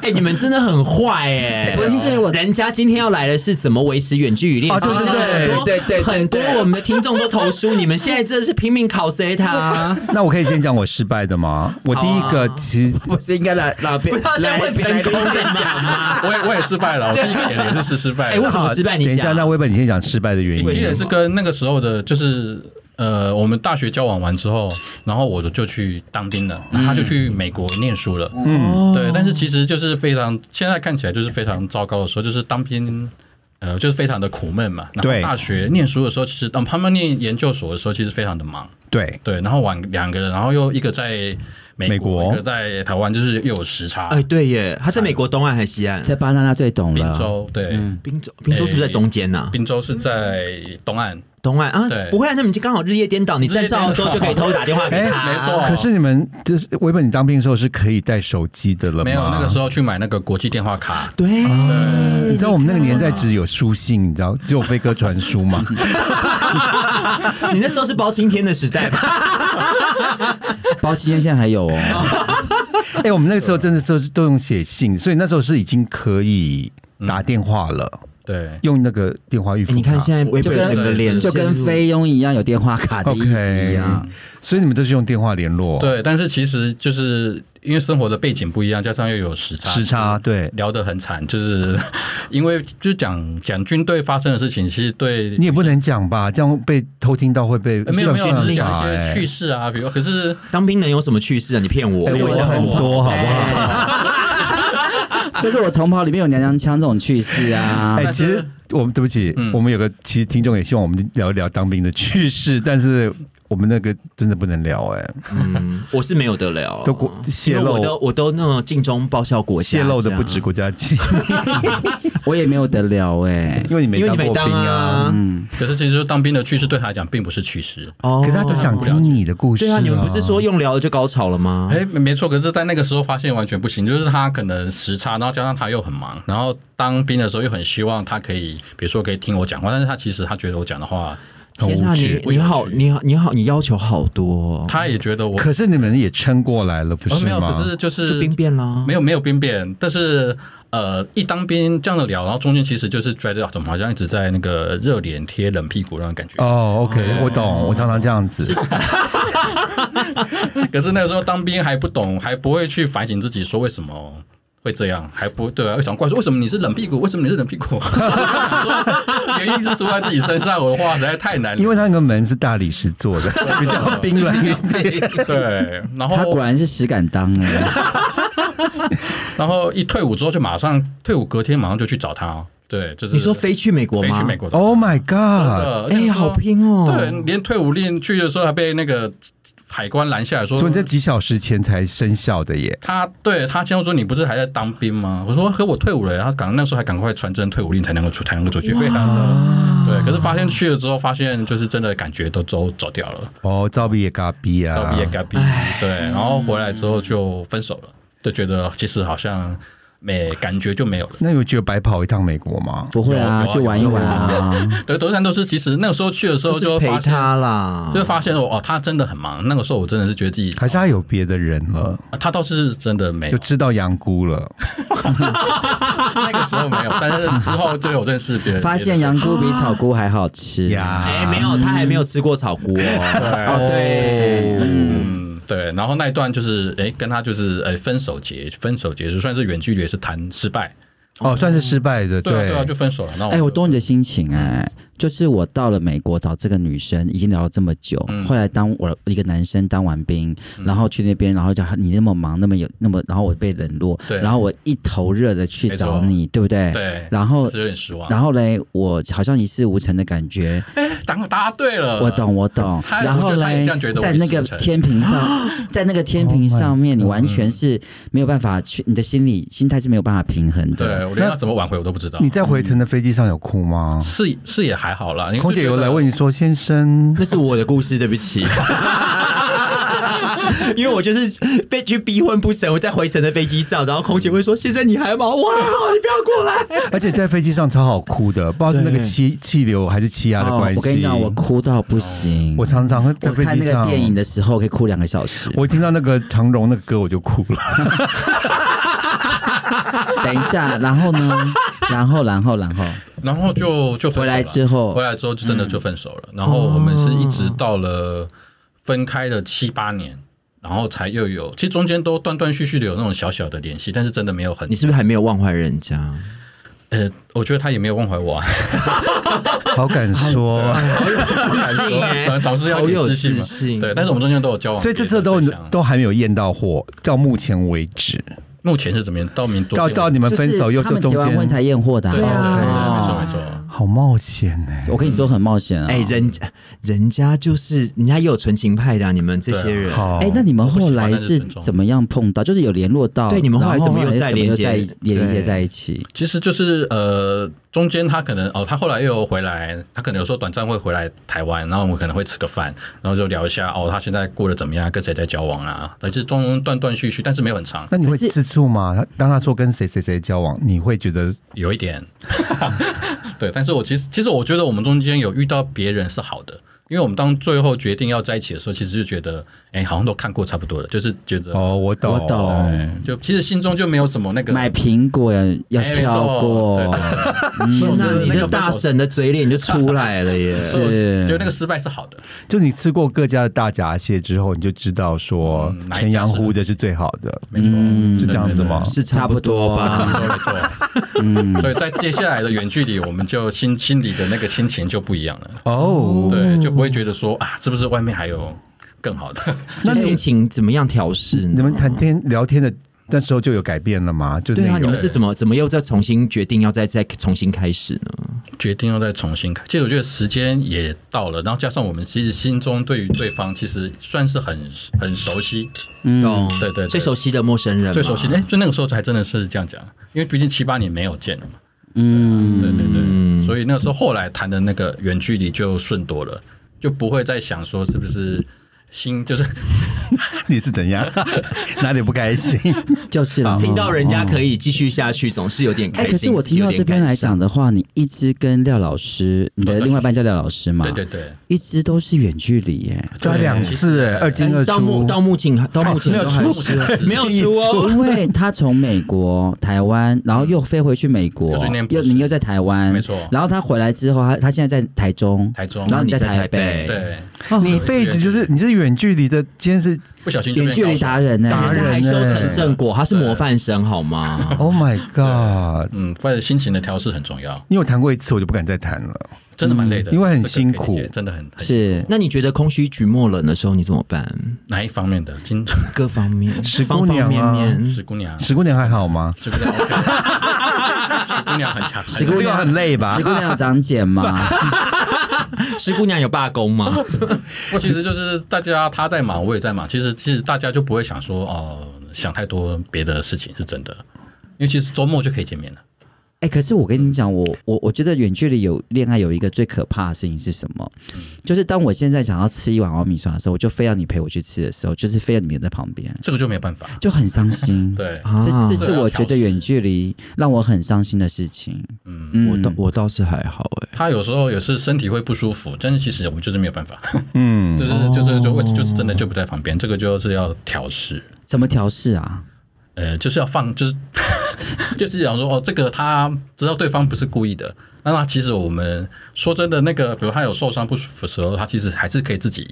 Speaker 2: 哎，你们真的很坏哎！
Speaker 3: 不是我
Speaker 2: 人家今天要来的是怎么维持远距离恋
Speaker 1: 啊
Speaker 2: 爱？
Speaker 1: 对对对
Speaker 2: 很多
Speaker 3: 对对对对
Speaker 2: 很多我们的听众都投诉，你们现在真的是拼命考 C 他，
Speaker 1: 那我可以先讲我失败的吗？我第一个其实呃
Speaker 3: 不是应该来老
Speaker 2: 不
Speaker 3: 边
Speaker 2: 要
Speaker 3: 来
Speaker 2: 先问成功的嘛。
Speaker 4: 我也我也失败了，我第一个也是失败
Speaker 2: 哎为
Speaker 4: 了
Speaker 2: 什。么失败你
Speaker 1: 等
Speaker 2: 讲
Speaker 1: 一下，那威本你先讲失败的原
Speaker 4: 我记
Speaker 1: 因
Speaker 4: 得。是跟那个时候的，就是呃，我们大学交往完之后，然后我就去当兵
Speaker 2: 嗯
Speaker 4: 了，然后他就去美国念书了。嗯，对，但是其实就是非常，现在看起来就是非常糟糕的时候，就是当兵。呃，就是非常的苦闷嘛。然
Speaker 1: 对
Speaker 4: 后大学念书的时候，其实嗯，他们念研究所的时候，其实非常的忙。
Speaker 1: 对，
Speaker 4: 对，然后晚两个人，然后又一个在美
Speaker 1: 美国
Speaker 4: 一个在台湾，就是又有时差。
Speaker 2: 哎，对耶，他在美国东岸还是西岸？
Speaker 3: 这巴娜娜最懂
Speaker 1: 啊
Speaker 4: 滨
Speaker 3: 了，
Speaker 4: 州对，
Speaker 1: 嗯
Speaker 2: 滨州，滨州是不是在中间呐？
Speaker 4: 滨州是在东岸。
Speaker 2: 东岸啊，
Speaker 4: 对
Speaker 2: 不会啊，那你就刚好日夜颠倒，你站哨的时候就可以偷打电话给他。
Speaker 4: 哎没错
Speaker 1: 可是你们就是威本，你当兵的时候是可以带手机的了吗？
Speaker 4: 没有，那个时
Speaker 1: 候。
Speaker 4: 候去买那个国际电话卡，
Speaker 2: 对，
Speaker 1: 你知道我们那个年代只有书信，你知道只有飞鸽传书嘛？
Speaker 2: 你那时候是包青天的时代吧？
Speaker 3: 包青天现在还有 哦，
Speaker 1: 哎、我们那个时候真的是都用写信，所以那时候是已经可以
Speaker 4: 嗯
Speaker 1: 打电话了，
Speaker 4: 对，
Speaker 1: 用那个电话预付、
Speaker 2: 哎你看现在微
Speaker 4: 就
Speaker 2: 博
Speaker 4: 跟
Speaker 2: 整个脸
Speaker 3: 就跟
Speaker 2: 陷入
Speaker 3: 菲佣一样
Speaker 2: 啊
Speaker 3: 有电话卡的意思一样。
Speaker 1: 所以你们都是用电话联络。
Speaker 4: 对，但是其实就是因为生活的背景不一样，加上又有时差，
Speaker 1: 时差对，
Speaker 4: 聊得很惨，就是因为就讲讲军队发生的事情，其实对
Speaker 1: 你也不能讲吧，这样被偷听到会被
Speaker 4: 呃没有没有，就是讲一些
Speaker 1: 哎
Speaker 4: 趣事啊，比如可是
Speaker 2: 当兵能有什么趣事啊？你骗我！
Speaker 1: 哎我
Speaker 4: 有
Speaker 1: 很多好不
Speaker 4: 哎
Speaker 1: 哎好？
Speaker 3: 就是我同袍里面有娘娘腔这种趣事啊
Speaker 1: 哎、，
Speaker 4: 但
Speaker 1: 其
Speaker 4: 是
Speaker 1: 实我们对不起，
Speaker 4: 嗯
Speaker 1: 我们有个其实听众也希望我们聊一聊当兵的趣事，但是我们那个真的不能聊哎、
Speaker 2: 嗯，我是没有得了，
Speaker 1: 都国泄
Speaker 2: 因为我
Speaker 1: 露
Speaker 2: 都我都那种尽忠报效国家，
Speaker 1: 泄露的
Speaker 2: 这样啊
Speaker 1: 不止国家机密，
Speaker 3: 我也没有得了 哎。
Speaker 1: 因为你没
Speaker 2: 因为
Speaker 1: 当
Speaker 2: 你没
Speaker 1: 过兵
Speaker 2: 当
Speaker 1: 啊。
Speaker 2: 啊。
Speaker 4: 可是其实就是当兵的趣事对他来讲并不是趣事。
Speaker 2: 哦
Speaker 1: 可是他只想听你的故事、
Speaker 2: 对啊，你们不是说用聊就高潮了吗？
Speaker 4: 哎，没错，可是，在那个时候发现完全不行，就是他可能时差，然后加上他又很忙，然后当兵的时候又很希望他可以，比如说可以听我讲话，但是他其实他觉得我讲的话，
Speaker 1: 很
Speaker 2: 天啊
Speaker 1: 无
Speaker 2: 你
Speaker 1: 趣
Speaker 4: 不
Speaker 2: 你
Speaker 4: 有
Speaker 2: 好，
Speaker 4: 趣
Speaker 2: 你好，你好，你要求好多哦，
Speaker 4: 他也觉得我，
Speaker 1: 可是你们也撑过来了，不
Speaker 4: 哦
Speaker 1: 是
Speaker 4: 没有，
Speaker 1: 吗？
Speaker 4: 可是就是
Speaker 2: 就兵变啦。
Speaker 4: 没有没有兵变，但是呃，一当兵这样的聊，然后中间其实就是觉得怎么好像一直在那个热脸贴冷屁股那种感觉。
Speaker 1: 哦，OK，、我懂，我常常这样子。
Speaker 4: 可是那个时候当兵还不懂，还不会去反省自己，说为什么。会这样，还不对啊？会想怪说为什么你是冷屁股？为什么你是冷屁股？ 原因是出在自己身上，我的话实在太难了。
Speaker 1: 因为他那个门是大理石做的，比较冰冷一点。
Speaker 4: 对，
Speaker 3: 他
Speaker 4: 然后
Speaker 3: 果然是实敢当哎，
Speaker 4: 然后一退伍之后就马上退伍，隔天马上就去找他哦。对，就是
Speaker 2: 你说飞去美国
Speaker 4: 飞
Speaker 2: 吗？
Speaker 4: 去美国找他
Speaker 1: Oh my
Speaker 4: 真
Speaker 1: god！
Speaker 4: 的而且
Speaker 2: 哎
Speaker 4: 说
Speaker 2: 呀，好拼哦！
Speaker 4: 对，连退伍令去的时候还被那个海关拦下来说，
Speaker 1: 所以你在几小时前才生效的耶。
Speaker 4: 他对他先说你不是还在当兵吗？我说可我退伍了，然后赶那时候还赶快传真退伍令才能够出才能够出去，非常的对。可是发现去了之后，发现就是真的感觉都走走掉了，
Speaker 1: 哦，照毕业嘎逼啊，
Speaker 4: 照毕业该毕对，然后回来之后就分手了，就觉得其实好像没感觉就没有了。
Speaker 1: 那有觉得白跑一趟美国吗？
Speaker 3: 不会啊，
Speaker 4: 有有啊
Speaker 3: 去玩一玩啊，
Speaker 4: 对，德山都是其实那个时候去的时
Speaker 2: 就
Speaker 4: 候
Speaker 2: 是
Speaker 4: 就
Speaker 2: 陪
Speaker 4: 发现，
Speaker 2: 他啦，
Speaker 4: 就发现说哦，他真的很忙。那个时候我真的是觉得自己
Speaker 1: 还是他有别的人了，
Speaker 4: 啊他倒是真的没有啊
Speaker 1: 就，知道杨姑了。
Speaker 4: 那个时候没有，但是之后就有认识别人，
Speaker 3: 发现
Speaker 4: 啊
Speaker 3: 羊菇比草菇还好吃
Speaker 1: 呀
Speaker 2: 哎，没有，他还没有吃过草菇哦。
Speaker 4: 对
Speaker 3: 哦，对，
Speaker 4: 嗯，对，然后那一段就是，哎，跟他就是，哎，分手结，分手结束，算是远距离，也是谈失败，
Speaker 1: 哦，算是失败的，
Speaker 4: 对啊，对啊，就分手了。那
Speaker 3: 哎、我懂你的心情哎、就是我到了美国找这个女生，已经聊了这么久，
Speaker 4: 嗯
Speaker 3: 后来当我一个男生当完兵，然后去那边，然后就啊你那么忙，那么有那么，然后我被冷落，
Speaker 4: 对
Speaker 3: 然后我一头热的去
Speaker 4: 没错
Speaker 3: 找你，对不对？
Speaker 4: 对，
Speaker 3: 然后
Speaker 4: 是有点失望。
Speaker 3: 然后嘞，我好像一事无成的感 觉，
Speaker 4: 哎，答答对了，
Speaker 3: 我懂，我懂。
Speaker 4: 他
Speaker 3: 然后
Speaker 4: 我觉得他也
Speaker 3: 嘞
Speaker 4: 这样觉，得我
Speaker 3: 在
Speaker 4: 一
Speaker 3: 那
Speaker 4: 事
Speaker 3: 个
Speaker 4: 无成
Speaker 3: 天平上， 在那个天
Speaker 1: Oh
Speaker 3: 平
Speaker 1: my
Speaker 3: 上面，你完全是没有办法去，你的心理心态是没有办法平衡
Speaker 4: 对
Speaker 3: 的。
Speaker 4: 我连
Speaker 1: 那
Speaker 4: 他怎么挽回我都不知道
Speaker 1: 你。在回程的飞机上有哭吗？
Speaker 4: 是是也还好啦，因为
Speaker 1: 空姐
Speaker 4: 就觉
Speaker 1: 有
Speaker 4: 得
Speaker 1: 来问你说：“先生，
Speaker 2: 那是我的故事，对不 起。因为我就是被去逼婚不成，我在回程的飞机上，然后空姐会说：“先生你还忙，我还好，你不要过来。
Speaker 1: 而且在飞机上超好哭的，不知道是那个气气流还是气压的关系。
Speaker 3: 哦我跟你讲，我哭到不行。
Speaker 4: 哦
Speaker 1: 我常常会在
Speaker 3: 我
Speaker 1: 飞
Speaker 3: 看
Speaker 1: 机
Speaker 3: 那
Speaker 1: 上
Speaker 3: 个电影的时候可以哭两个小时。
Speaker 1: 我听到那个长荣那个歌我就哭了。
Speaker 3: 等一下，然后 呢？然后，然后，然后，
Speaker 4: 然后就就分手
Speaker 3: 回
Speaker 4: 了
Speaker 3: 来之后嗯哦
Speaker 4: 回来之后就真的就分手了。然后我们是一直到了分开了七八年，然后才又有，其实中间都断断续续的有那种小小的联系，但是真的没有”很
Speaker 2: 你。是不是还没有忘怀人家？
Speaker 4: 呃，我觉得他也没有忘怀我、啊，
Speaker 1: 好敢
Speaker 3: 哎
Speaker 1: 说，
Speaker 4: 对总是要
Speaker 2: 好
Speaker 4: 有
Speaker 2: 有
Speaker 4: 自信嘛
Speaker 2: 自信
Speaker 4: 对，但是我们中间都有交往，
Speaker 1: 所以这次都
Speaker 4: 别的对象
Speaker 1: 都还没有验到货，到目前为止，
Speaker 4: 目前是怎么样？到民多
Speaker 1: 到到你们分手又
Speaker 3: 就是
Speaker 1: 到
Speaker 3: 他们结
Speaker 1: 中
Speaker 3: 完婚
Speaker 1: 间，
Speaker 3: 才验货的啊、
Speaker 4: 对对对，没
Speaker 3: 哦
Speaker 4: 错没错。
Speaker 1: 好冒险呢。
Speaker 3: 我跟你说很冒险啊！
Speaker 2: 哎、人家人家就是人家也有纯情派的啊、你们这些人，
Speaker 1: 好，
Speaker 3: 哎，那你们后来是怎么样碰到？就是有联络到，
Speaker 2: 对你们后来怎么又
Speaker 3: 然
Speaker 2: 再连接
Speaker 3: 怎么又在连接
Speaker 2: 对
Speaker 3: 在一起？
Speaker 4: 其实就是呃，中间他可能哦，他后来又回来，他可能有时候短暂会回来台湾，然后我们可能会吃个饭，然后就聊一下哦，他现在过得怎么样，跟谁在交往啊？但是中间断断续续，但是没有 很长，
Speaker 1: 那你会吃醋吗？他当他说跟谁谁谁交往，你会觉得
Speaker 4: 有一点。对，但是我其实其实我觉得我们中间有遇到别人是好的，因为我们当最后决定要在一起的时候，其实就觉得，哎、好像都看过差不多了，就是觉得，
Speaker 1: 哦，我懂，
Speaker 3: 我懂，
Speaker 4: 就其实心中就没有什么那个
Speaker 3: 买苹果要要
Speaker 4: 哎没错
Speaker 3: 跳过，
Speaker 2: 天
Speaker 4: 我觉
Speaker 2: 哪，
Speaker 4: 得
Speaker 2: 你
Speaker 4: 那个
Speaker 2: 这大婶的嘴脸就出来了 耶！
Speaker 3: 是
Speaker 4: 呃就那个失败是好的，
Speaker 1: 就你吃过各家的大闸蟹之后，你就知道说
Speaker 4: 嗯
Speaker 1: 全羊湖的是最好的，
Speaker 4: 没错，
Speaker 1: 嗯
Speaker 3: 嗯
Speaker 1: 是这样子吗？嗯
Speaker 2: 是差不多吧？
Speaker 4: 没错没错。 所以在接下来的远距离，我们就心心里的那个心情就不一样了，
Speaker 1: 哦，
Speaker 4: 对，就不会觉得说啊，是不是外面还有更好的？
Speaker 2: 那心情怎么样调试呢？
Speaker 1: 你们谈天聊天的那时候就有改变了吗？就是
Speaker 2: 对
Speaker 1: 那
Speaker 2: 啊，
Speaker 1: 个
Speaker 2: 你们是怎么怎么又再重新决定要再再重新开始呢？
Speaker 4: 决定要再重新开。其实我觉得时间也到了，然后加上我们其实心中对于对方其实算是很很熟悉，
Speaker 2: 懂
Speaker 4: 对对对
Speaker 2: 嗯最熟悉的陌生人嘛，
Speaker 4: 最熟悉的。
Speaker 1: 啊
Speaker 4: 哎、就那个时候还真的是这样讲，啊因为毕竟七八年没有见了嘛。
Speaker 3: 嗯，
Speaker 4: 对对对，
Speaker 2: 嗯
Speaker 4: 所以那时候后来谈的那个远距离就顺多了，就不会再想说是不是心就是
Speaker 1: 你是怎样 哪里不开心？
Speaker 3: 就是啦
Speaker 2: 听到人家
Speaker 3: 哦
Speaker 2: 可以继续下去，总是有点开
Speaker 3: 哎、
Speaker 2: 心。
Speaker 3: 可是我听到这边来讲的话，你一直跟廖老师，你的另外一半叫廖老师嘛？
Speaker 4: 对对对。
Speaker 3: 一直都是远距离耶。
Speaker 1: 抓两次哎二
Speaker 2: 自己有
Speaker 1: 进二
Speaker 2: 点感伤，到目
Speaker 1: 出，
Speaker 2: 到目前到目前都 还 是没有出哦。
Speaker 3: 因为他从美国、台湾，然后又飞回去美国
Speaker 4: 又去念，博
Speaker 3: 又
Speaker 4: 士
Speaker 3: 你又在台湾，
Speaker 4: 没错
Speaker 3: 然后他回来之后，他他现在在台中，
Speaker 4: 台中，
Speaker 3: 然后你在
Speaker 2: 然后你在
Speaker 3: 台
Speaker 2: 台
Speaker 3: 北，
Speaker 2: 北
Speaker 4: 对，
Speaker 1: 你一辈子 就是你是远距离的，今天是
Speaker 4: 不小心就
Speaker 3: 远
Speaker 4: 变
Speaker 3: 距离
Speaker 4: 高手
Speaker 3: 达。人呢、欸
Speaker 1: 达
Speaker 2: 人
Speaker 1: 人
Speaker 2: 家还修成正果，他是模范生好吗？
Speaker 1: Oh my God！
Speaker 4: 嗯，或者心情的调试很重要，
Speaker 1: 因为我谈过一次，我就不敢再谈了。
Speaker 4: 真的蛮累
Speaker 1: 嗯
Speaker 4: 的，
Speaker 1: 因为很
Speaker 4: 这个可以
Speaker 1: 辛
Speaker 4: 理解
Speaker 1: 苦
Speaker 4: 真的很很
Speaker 3: 是
Speaker 2: 那你觉得空虚、寂寞、冷的时候，你怎么办？
Speaker 4: 哪一方面的？金
Speaker 2: 各方面，
Speaker 1: 十姑
Speaker 2: 方
Speaker 1: 娘
Speaker 2: 方
Speaker 1: 啊
Speaker 2: 面面
Speaker 4: 石姑娘，
Speaker 1: 十姑娘还好吗？
Speaker 4: 石姑娘 OK，石姑娘很 强，
Speaker 1: 十姑娘很累吧
Speaker 3: 十？姑娘长姐嘛，
Speaker 2: 师姑娘有罢工吗？
Speaker 4: 我其实就是大家他在忙，我也在忙，其实其实大家就不会想说哦、想太多别的事情是真的，因为其实周末就可以见面了。
Speaker 3: 哎、可是我跟你讲，我我我觉得远距离有恋爱有一个最可怕的事情是什么？
Speaker 4: 嗯
Speaker 3: 就是当我现在想要吃一碗奥米刷的时候，我就非要你陪我去吃的时候，就是非要你们在旁边，
Speaker 4: 这个就没有办法，
Speaker 3: 就很伤心。
Speaker 4: 对，
Speaker 3: 这这
Speaker 4: 对
Speaker 3: 是
Speaker 4: 要
Speaker 3: 我
Speaker 4: 调
Speaker 3: 觉得
Speaker 4: 试
Speaker 3: 远距离让我很伤心的事情。
Speaker 4: 嗯
Speaker 3: 嗯，
Speaker 2: 我倒我倒是还好哎、
Speaker 4: 他有时候也是身体会不舒服，但是其实我们就是没有办法，
Speaker 1: 嗯，
Speaker 4: 就是就是就位置就是真的就不在旁边，这个就是要调试。
Speaker 3: 怎么调试啊？
Speaker 4: 呃，就是要放，就是 就是想说，哦，这个他知道对方不是故意的，那他其实我们说真的，那个比如他有受伤不舒服的时候，他其实还是可以自己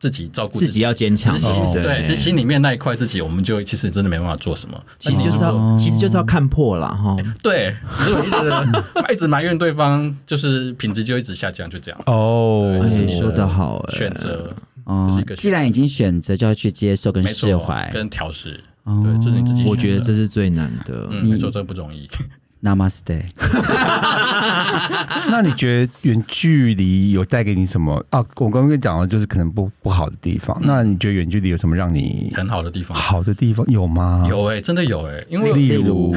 Speaker 4: 自己照顾
Speaker 2: 自己要坚强
Speaker 4: 只是，心、
Speaker 1: 哦
Speaker 4: 对，其实心里面那一块自己，我们就其实真的没办法做什么。
Speaker 2: 其实就是要、其实就是要看破了哈。
Speaker 4: 对，可是我 一直一直埋怨对方，就是品质就一直下降，就这样。
Speaker 1: 哦，
Speaker 2: 哎你说的好哎、
Speaker 4: 选择这是
Speaker 3: 哦
Speaker 4: 一，个
Speaker 3: 既然已经选择，就要去接受跟
Speaker 4: 没
Speaker 3: 释
Speaker 4: 错
Speaker 3: 怀，。
Speaker 4: 跟调试，
Speaker 3: 哦
Speaker 4: 对，这是你自己选的。
Speaker 2: 我觉得这是最难的。
Speaker 4: 嗯，没错，这不容 易。
Speaker 3: Namaste。
Speaker 1: 那你觉得远距离有带给你什么啊？我刚刚跟你讲了，就是可能不不好的地方。那你觉得远距离有什么让你
Speaker 4: 很好的地方
Speaker 1: 好的地方有吗？，
Speaker 4: 有哎、真的有哎、因为
Speaker 1: 例如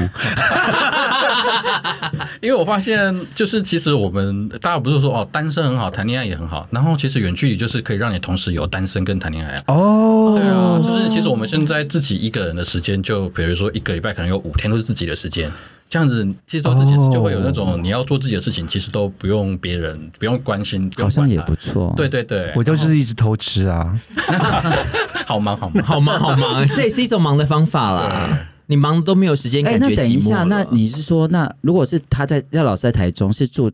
Speaker 4: 因为我发现，就是其实我们大家不是说哦，单身很好，谈恋爱也很好，然后其实远距离就是可以让你同时有单身跟谈恋爱啊。对
Speaker 1: 哦，
Speaker 4: 啊，就是其实我们现在自己一个人的时间，就比如说一个礼拜可能有五天都是自己的时间，这样子其实做自己
Speaker 1: 哦
Speaker 4: 就会有那种你要做自己的事情，其实都不用别人，不用关心，不
Speaker 3: 好
Speaker 4: 用
Speaker 3: 像
Speaker 4: 管
Speaker 3: 也
Speaker 4: 他
Speaker 3: 不错。
Speaker 4: 对，对对，
Speaker 1: 我就是一直偷吃啊，
Speaker 4: 好忙好 忙。
Speaker 2: 好忙好忙，这也是一种忙的方法啦。你忙都没有时间
Speaker 3: 哎、
Speaker 2: 感觉
Speaker 3: 那等一
Speaker 2: 寂寞
Speaker 3: 下，
Speaker 2: 了
Speaker 3: 那 你是说，那如果是他在廖老师在台中是住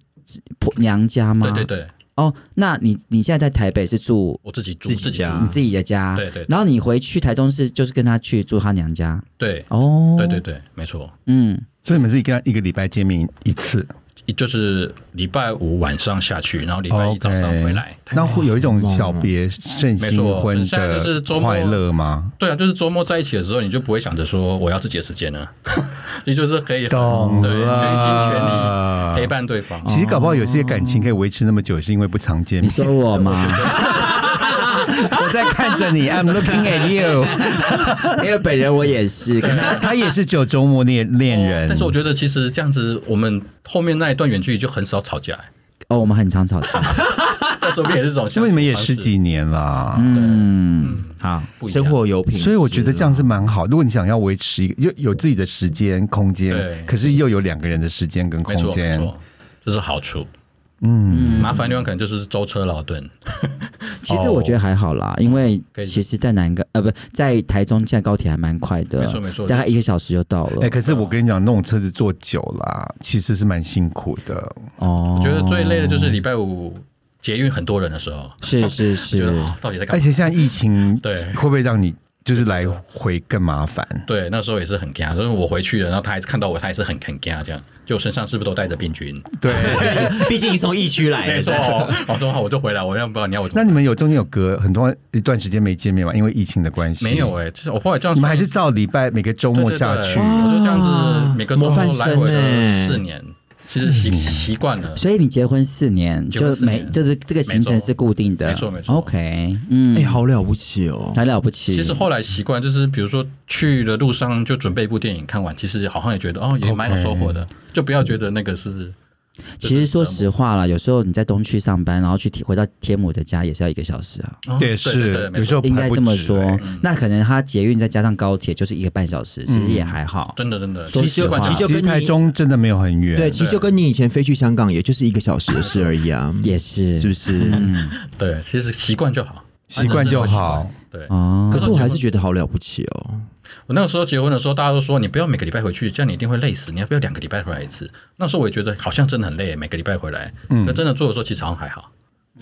Speaker 3: 婆娘家吗？
Speaker 4: 对对。对，
Speaker 3: 哦，那你你现在在台北是住
Speaker 4: 我自己住
Speaker 2: 自己家
Speaker 3: 你自己的家，
Speaker 4: 对对对
Speaker 3: 然后你回去台中市就是跟他去住他娘家，
Speaker 4: 对
Speaker 3: 哦，
Speaker 4: 对对，对，没错，
Speaker 3: 嗯，
Speaker 1: 所以你们是一个一个礼拜见面一次，
Speaker 4: 就是礼拜五晚上下去，然后礼拜
Speaker 1: 哦
Speaker 4: 一早上回来。
Speaker 1: 那会有一种小别胜新婚
Speaker 4: 没错现在就是
Speaker 1: 的
Speaker 4: 周末
Speaker 1: 快乐吗？
Speaker 4: 对啊，就是周末在一起的时候，你就不会想着说我要自己的时间了， 你就是可以
Speaker 1: 懂哦
Speaker 4: 对，全心全
Speaker 1: 了
Speaker 4: 力陪。伴对方。
Speaker 1: 其实搞不好有些感情可以维持那么久，是因为不常见
Speaker 3: 你
Speaker 1: 面。
Speaker 3: 说我吗？
Speaker 1: 我在看着你，I'm looking at you。
Speaker 3: 因为本人我也是，跟他
Speaker 1: 他也是只有周末恋恋人，
Speaker 4: 哦但是我觉得其实这样子，我们后面那一段远距离就很少吵架、 欸，
Speaker 3: 哦，我们很常吵架，
Speaker 4: 那说不定也是这种
Speaker 1: 因
Speaker 4: 相处方式。
Speaker 1: 为你们也十几年啦，
Speaker 3: 嗯，好，
Speaker 4: 不一样
Speaker 2: 生活有品质，
Speaker 1: 所以我觉得这样是蛮好。如果你想要维持一个有有自己的时间空间
Speaker 4: 对，
Speaker 1: 可是又有两个人的时间跟
Speaker 4: 没
Speaker 1: 空
Speaker 4: 错没
Speaker 1: 间，
Speaker 4: 错，这是好处。
Speaker 1: 嗯
Speaker 4: 麻烦的地方可能就是舟车劳顿。
Speaker 3: 其实我觉得还好啦，因为
Speaker 4: 哦可以
Speaker 3: 其实，在南港呃，不在台中，现在高铁还蛮快的，
Speaker 4: 没错没错
Speaker 3: 大概一个小时就到了。
Speaker 1: 哎、可
Speaker 4: 啊
Speaker 1: 是我跟你讲，那种车子坐久了，啊其实是蛮辛苦的。
Speaker 3: 哦，
Speaker 4: 我觉得最累的就是礼拜五捷运很多人的时候，
Speaker 3: 是是
Speaker 4: 觉
Speaker 3: 是
Speaker 4: 得、，哦、到底在干
Speaker 1: 而
Speaker 4: 嘛？
Speaker 1: 且现在疫情，
Speaker 4: 对
Speaker 1: 会不会让你就是来回更麻烦？
Speaker 4: 对，那时候也是很尴尬，就是我回去了，然后他还是看到我，他也是很很尴尬，这样就身上是不是都带着病菌？
Speaker 1: 对，
Speaker 2: 毕竟你从疫区来
Speaker 4: 没错，
Speaker 2: 的，
Speaker 4: 哦， 正好我就回来，我要不知道你要我怎
Speaker 1: 那
Speaker 4: 么
Speaker 1: 你们有中间有隔很多一段时间没见面吗？因为疫情的关系，
Speaker 4: 没有哎、就是我后来这样，
Speaker 1: 你们还是照礼拜每个周末
Speaker 4: 对对对哦
Speaker 1: 下去。
Speaker 4: 我就这样
Speaker 2: 哇
Speaker 1: 啊
Speaker 4: 子每个周
Speaker 2: 模范
Speaker 4: 末来回
Speaker 2: 生欸
Speaker 4: 了四年，其实习习惯了。
Speaker 1: 嗯
Speaker 3: 所以你结婚四年，
Speaker 4: 结婚
Speaker 3: 就
Speaker 4: 四
Speaker 3: 每
Speaker 4: 年
Speaker 3: 就是这个行程
Speaker 4: 没错
Speaker 3: 是固定的，
Speaker 4: 没错没错
Speaker 3: OK，嗯，
Speaker 2: 哎，好了不起哦，
Speaker 3: 还了不起。
Speaker 4: 其实后来习惯就是，比如说去的路上就准备一部电影看完，其实好像也觉得哦，也蛮有收获的，就不要觉得那个是。
Speaker 3: 其实说实话啦，有时候你在东区上班，然后去贴回到天母的家也是要一个小时啊，
Speaker 4: 哦
Speaker 1: 对，
Speaker 4: 对
Speaker 1: 是
Speaker 4: 对没
Speaker 1: 有时
Speaker 4: 错
Speaker 1: 候
Speaker 3: 应该
Speaker 1: 排不
Speaker 3: 这么
Speaker 1: 止
Speaker 3: 说
Speaker 4: 哎
Speaker 1: 欸。
Speaker 4: 嗯
Speaker 3: 那可能他捷运再加上高铁就是一个半小时，其实也还好。
Speaker 4: 真的真的，
Speaker 3: 说
Speaker 4: 其实
Speaker 3: 实
Speaker 4: 习惯
Speaker 3: 话
Speaker 4: 就
Speaker 2: 其实
Speaker 4: 是
Speaker 1: 其实台中真的没有很远，
Speaker 2: 对，其实就跟你以前飞去香港，也就是一个小时的事而已 啊，
Speaker 3: 也是，
Speaker 2: 是不是？
Speaker 1: 啊
Speaker 4: 对，其实习惯就好，
Speaker 1: 习惯就好
Speaker 4: 安全真的会习惯。对，
Speaker 1: 嗯
Speaker 3: 哦，
Speaker 2: 可是我还是觉得好了不起哦。
Speaker 4: 我那个时候结婚的时候，大家都说你不要每个礼拜回去，这样你一定会累死。你要不要两个礼拜回来一次？那时候我也觉得好像真的很累，每个礼拜回来。嗯，那真的做的时候其实好像还好。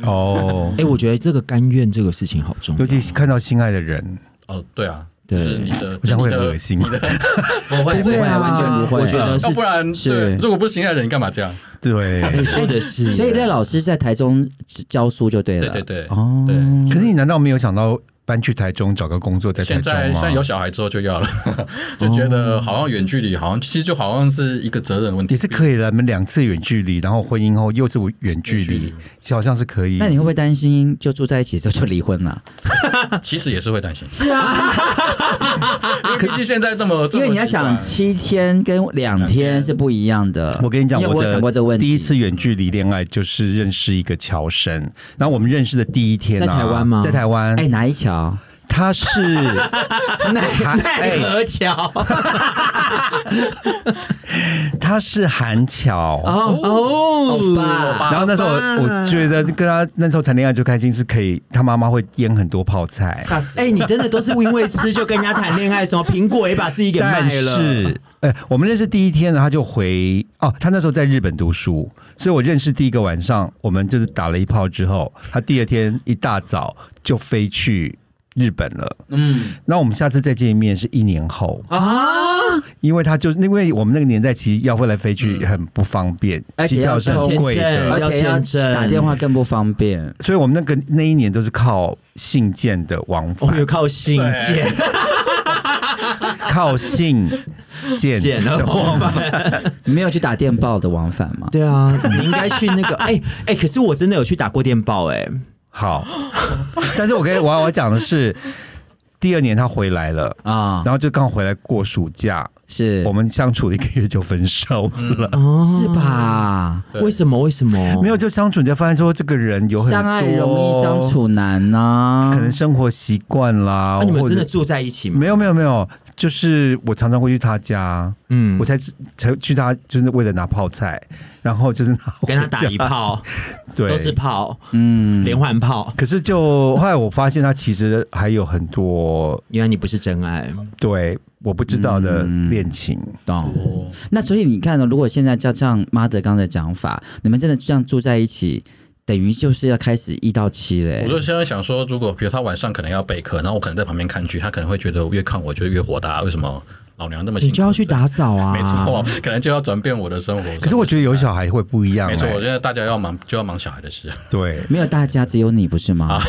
Speaker 1: 哦
Speaker 2: 哎、。
Speaker 3: 嗯
Speaker 2: 我觉得这个甘愿这个事情好重 要
Speaker 1: 尤。其是看到心爱的人，
Speaker 4: 哦，对啊，
Speaker 2: 对
Speaker 4: 就是你的，
Speaker 1: 我想会
Speaker 4: 你
Speaker 1: 很
Speaker 4: 的
Speaker 1: 恶心。
Speaker 4: 不会
Speaker 3: 不会啊，完全不会。
Speaker 2: 我觉得
Speaker 4: 要哦不然对，
Speaker 3: 是
Speaker 4: 如果不是心爱的人，你干嘛这样？
Speaker 1: 对，
Speaker 3: 嗯
Speaker 2: 哎、说的是，
Speaker 3: 所以赖老师在台中教书就对
Speaker 4: 对
Speaker 3: 了。
Speaker 4: 对对，
Speaker 3: 哦，
Speaker 4: 对。
Speaker 1: 可是你难道没有想到搬去台中找个工作在台
Speaker 4: 现
Speaker 1: 中
Speaker 4: 在现
Speaker 1: 吗
Speaker 4: 在？有小孩之后就要了， 就觉得好像远距离，好像其实就好像是一个责任问题，
Speaker 1: 也是可以的，你们两次远距离，然后婚姻后又是远距
Speaker 4: 远距
Speaker 1: 离
Speaker 4: 离，
Speaker 1: 好像是可以。
Speaker 3: 那你会不会担心就住在一起之后就离婚了？
Speaker 4: 其实也是会担心，
Speaker 3: 是啊，
Speaker 4: 因为毕竟现在这么，这
Speaker 3: 因
Speaker 4: 么
Speaker 3: 为你要
Speaker 4: 习惯
Speaker 3: 想七天跟两天是不一样的。
Speaker 1: 我跟你讲，
Speaker 3: 因为我
Speaker 1: 我
Speaker 3: 有
Speaker 1: 的
Speaker 3: 想过这个问题。
Speaker 1: 第一次远距离恋爱就是认识一个乔生，然后我们认识的第一天、啊，
Speaker 2: 在台湾吗
Speaker 1: 在台湾，
Speaker 3: 哎，哪一桥？
Speaker 1: 他是 韩，哎、
Speaker 2: 何桥
Speaker 1: 他是韩乔。
Speaker 2: 哦，欧巴，
Speaker 1: 然后那时候我我觉得跟他那时候谈恋爱就开心是可以，他妈妈会腌很多泡菜，
Speaker 3: 吓死！
Speaker 2: 哎、你真的都是因为吃就跟人家谈恋爱，什么苹果也把自己给
Speaker 1: 但
Speaker 2: 卖了。
Speaker 1: 是，哎、我们认识第一天呢，他就回哦，他那时候在日本读书，所以我认识第一个晚上，我们就是打了一炮之后，他第二天一大早就飞去日本了。
Speaker 3: 嗯，
Speaker 1: 那我们下次再见面是一年后，
Speaker 2: 啊，
Speaker 1: 因为他就因为我们那个年代其实要飞来飞去很不方便，
Speaker 3: 而且
Speaker 1: 机票
Speaker 3: 要
Speaker 1: 是很贵
Speaker 2: 签证
Speaker 1: 的，
Speaker 3: 而且要
Speaker 2: 要签证
Speaker 3: 打电话更不方便。
Speaker 1: 所以我们那个那一年都是靠信件的往
Speaker 2: 我
Speaker 1: 返
Speaker 2: 们，有靠信件
Speaker 1: 靠信 件
Speaker 2: 件的往返。
Speaker 3: 你没有去打电报的往返吗？
Speaker 2: 对啊，你应该去那个，哎、哎、可是我真的有去打过电报、哎，
Speaker 1: 好， 但是我跟我要我要讲的是，第二年他回来了，
Speaker 3: 啊，
Speaker 1: 然后就刚好回来过暑假，
Speaker 3: 是
Speaker 1: 我们相处了一个月就分手了。
Speaker 2: 哦
Speaker 3: 是？吧？
Speaker 4: 对
Speaker 2: 为什么？为什么？
Speaker 1: 没有，就相处，你才发现说这个人有很多
Speaker 3: 相爱容易相，处难啊呐。
Speaker 1: 可能生活习惯啦，
Speaker 2: 啊那、你们
Speaker 1: 或者
Speaker 2: 真的住在一起吗？
Speaker 1: 没有没有没有，就是我常常会去他家，
Speaker 2: 嗯
Speaker 1: 我才才去他，就是为了拿泡菜，然后就是拿
Speaker 2: 跟他打一
Speaker 1: 炮，
Speaker 2: 炮，
Speaker 1: 对，
Speaker 2: 都是炮，
Speaker 3: 嗯，
Speaker 2: 连环炮。
Speaker 1: 可是就后来我发现他其实还有很多
Speaker 2: 原来你不是真爱，
Speaker 1: 对我不知道的
Speaker 3: 嗯
Speaker 1: 恋情，
Speaker 3: 懂。
Speaker 4: 哦
Speaker 3: 那所以你看呢，如果现在照像妈的刚才的讲法，你们真的这样住在一起，等于就是要开始一到七嘞、
Speaker 4: 我就现在想说，如果比如他晚上可能要备课，然后我可能在旁边看剧，他可能会觉得越看我就越火大，为什么老娘那么辛
Speaker 2: 你
Speaker 4: 苦？
Speaker 2: 就要去打扫啊！
Speaker 4: 没错，可能就要转变我的生活。
Speaker 1: 可是我觉得有小孩会不一样、
Speaker 4: 没错，
Speaker 1: 哎
Speaker 4: 我觉得大家要忙就要忙小孩的事，
Speaker 1: 对。
Speaker 3: 没有大家，只有你不是
Speaker 1: 啊
Speaker 3: 吗？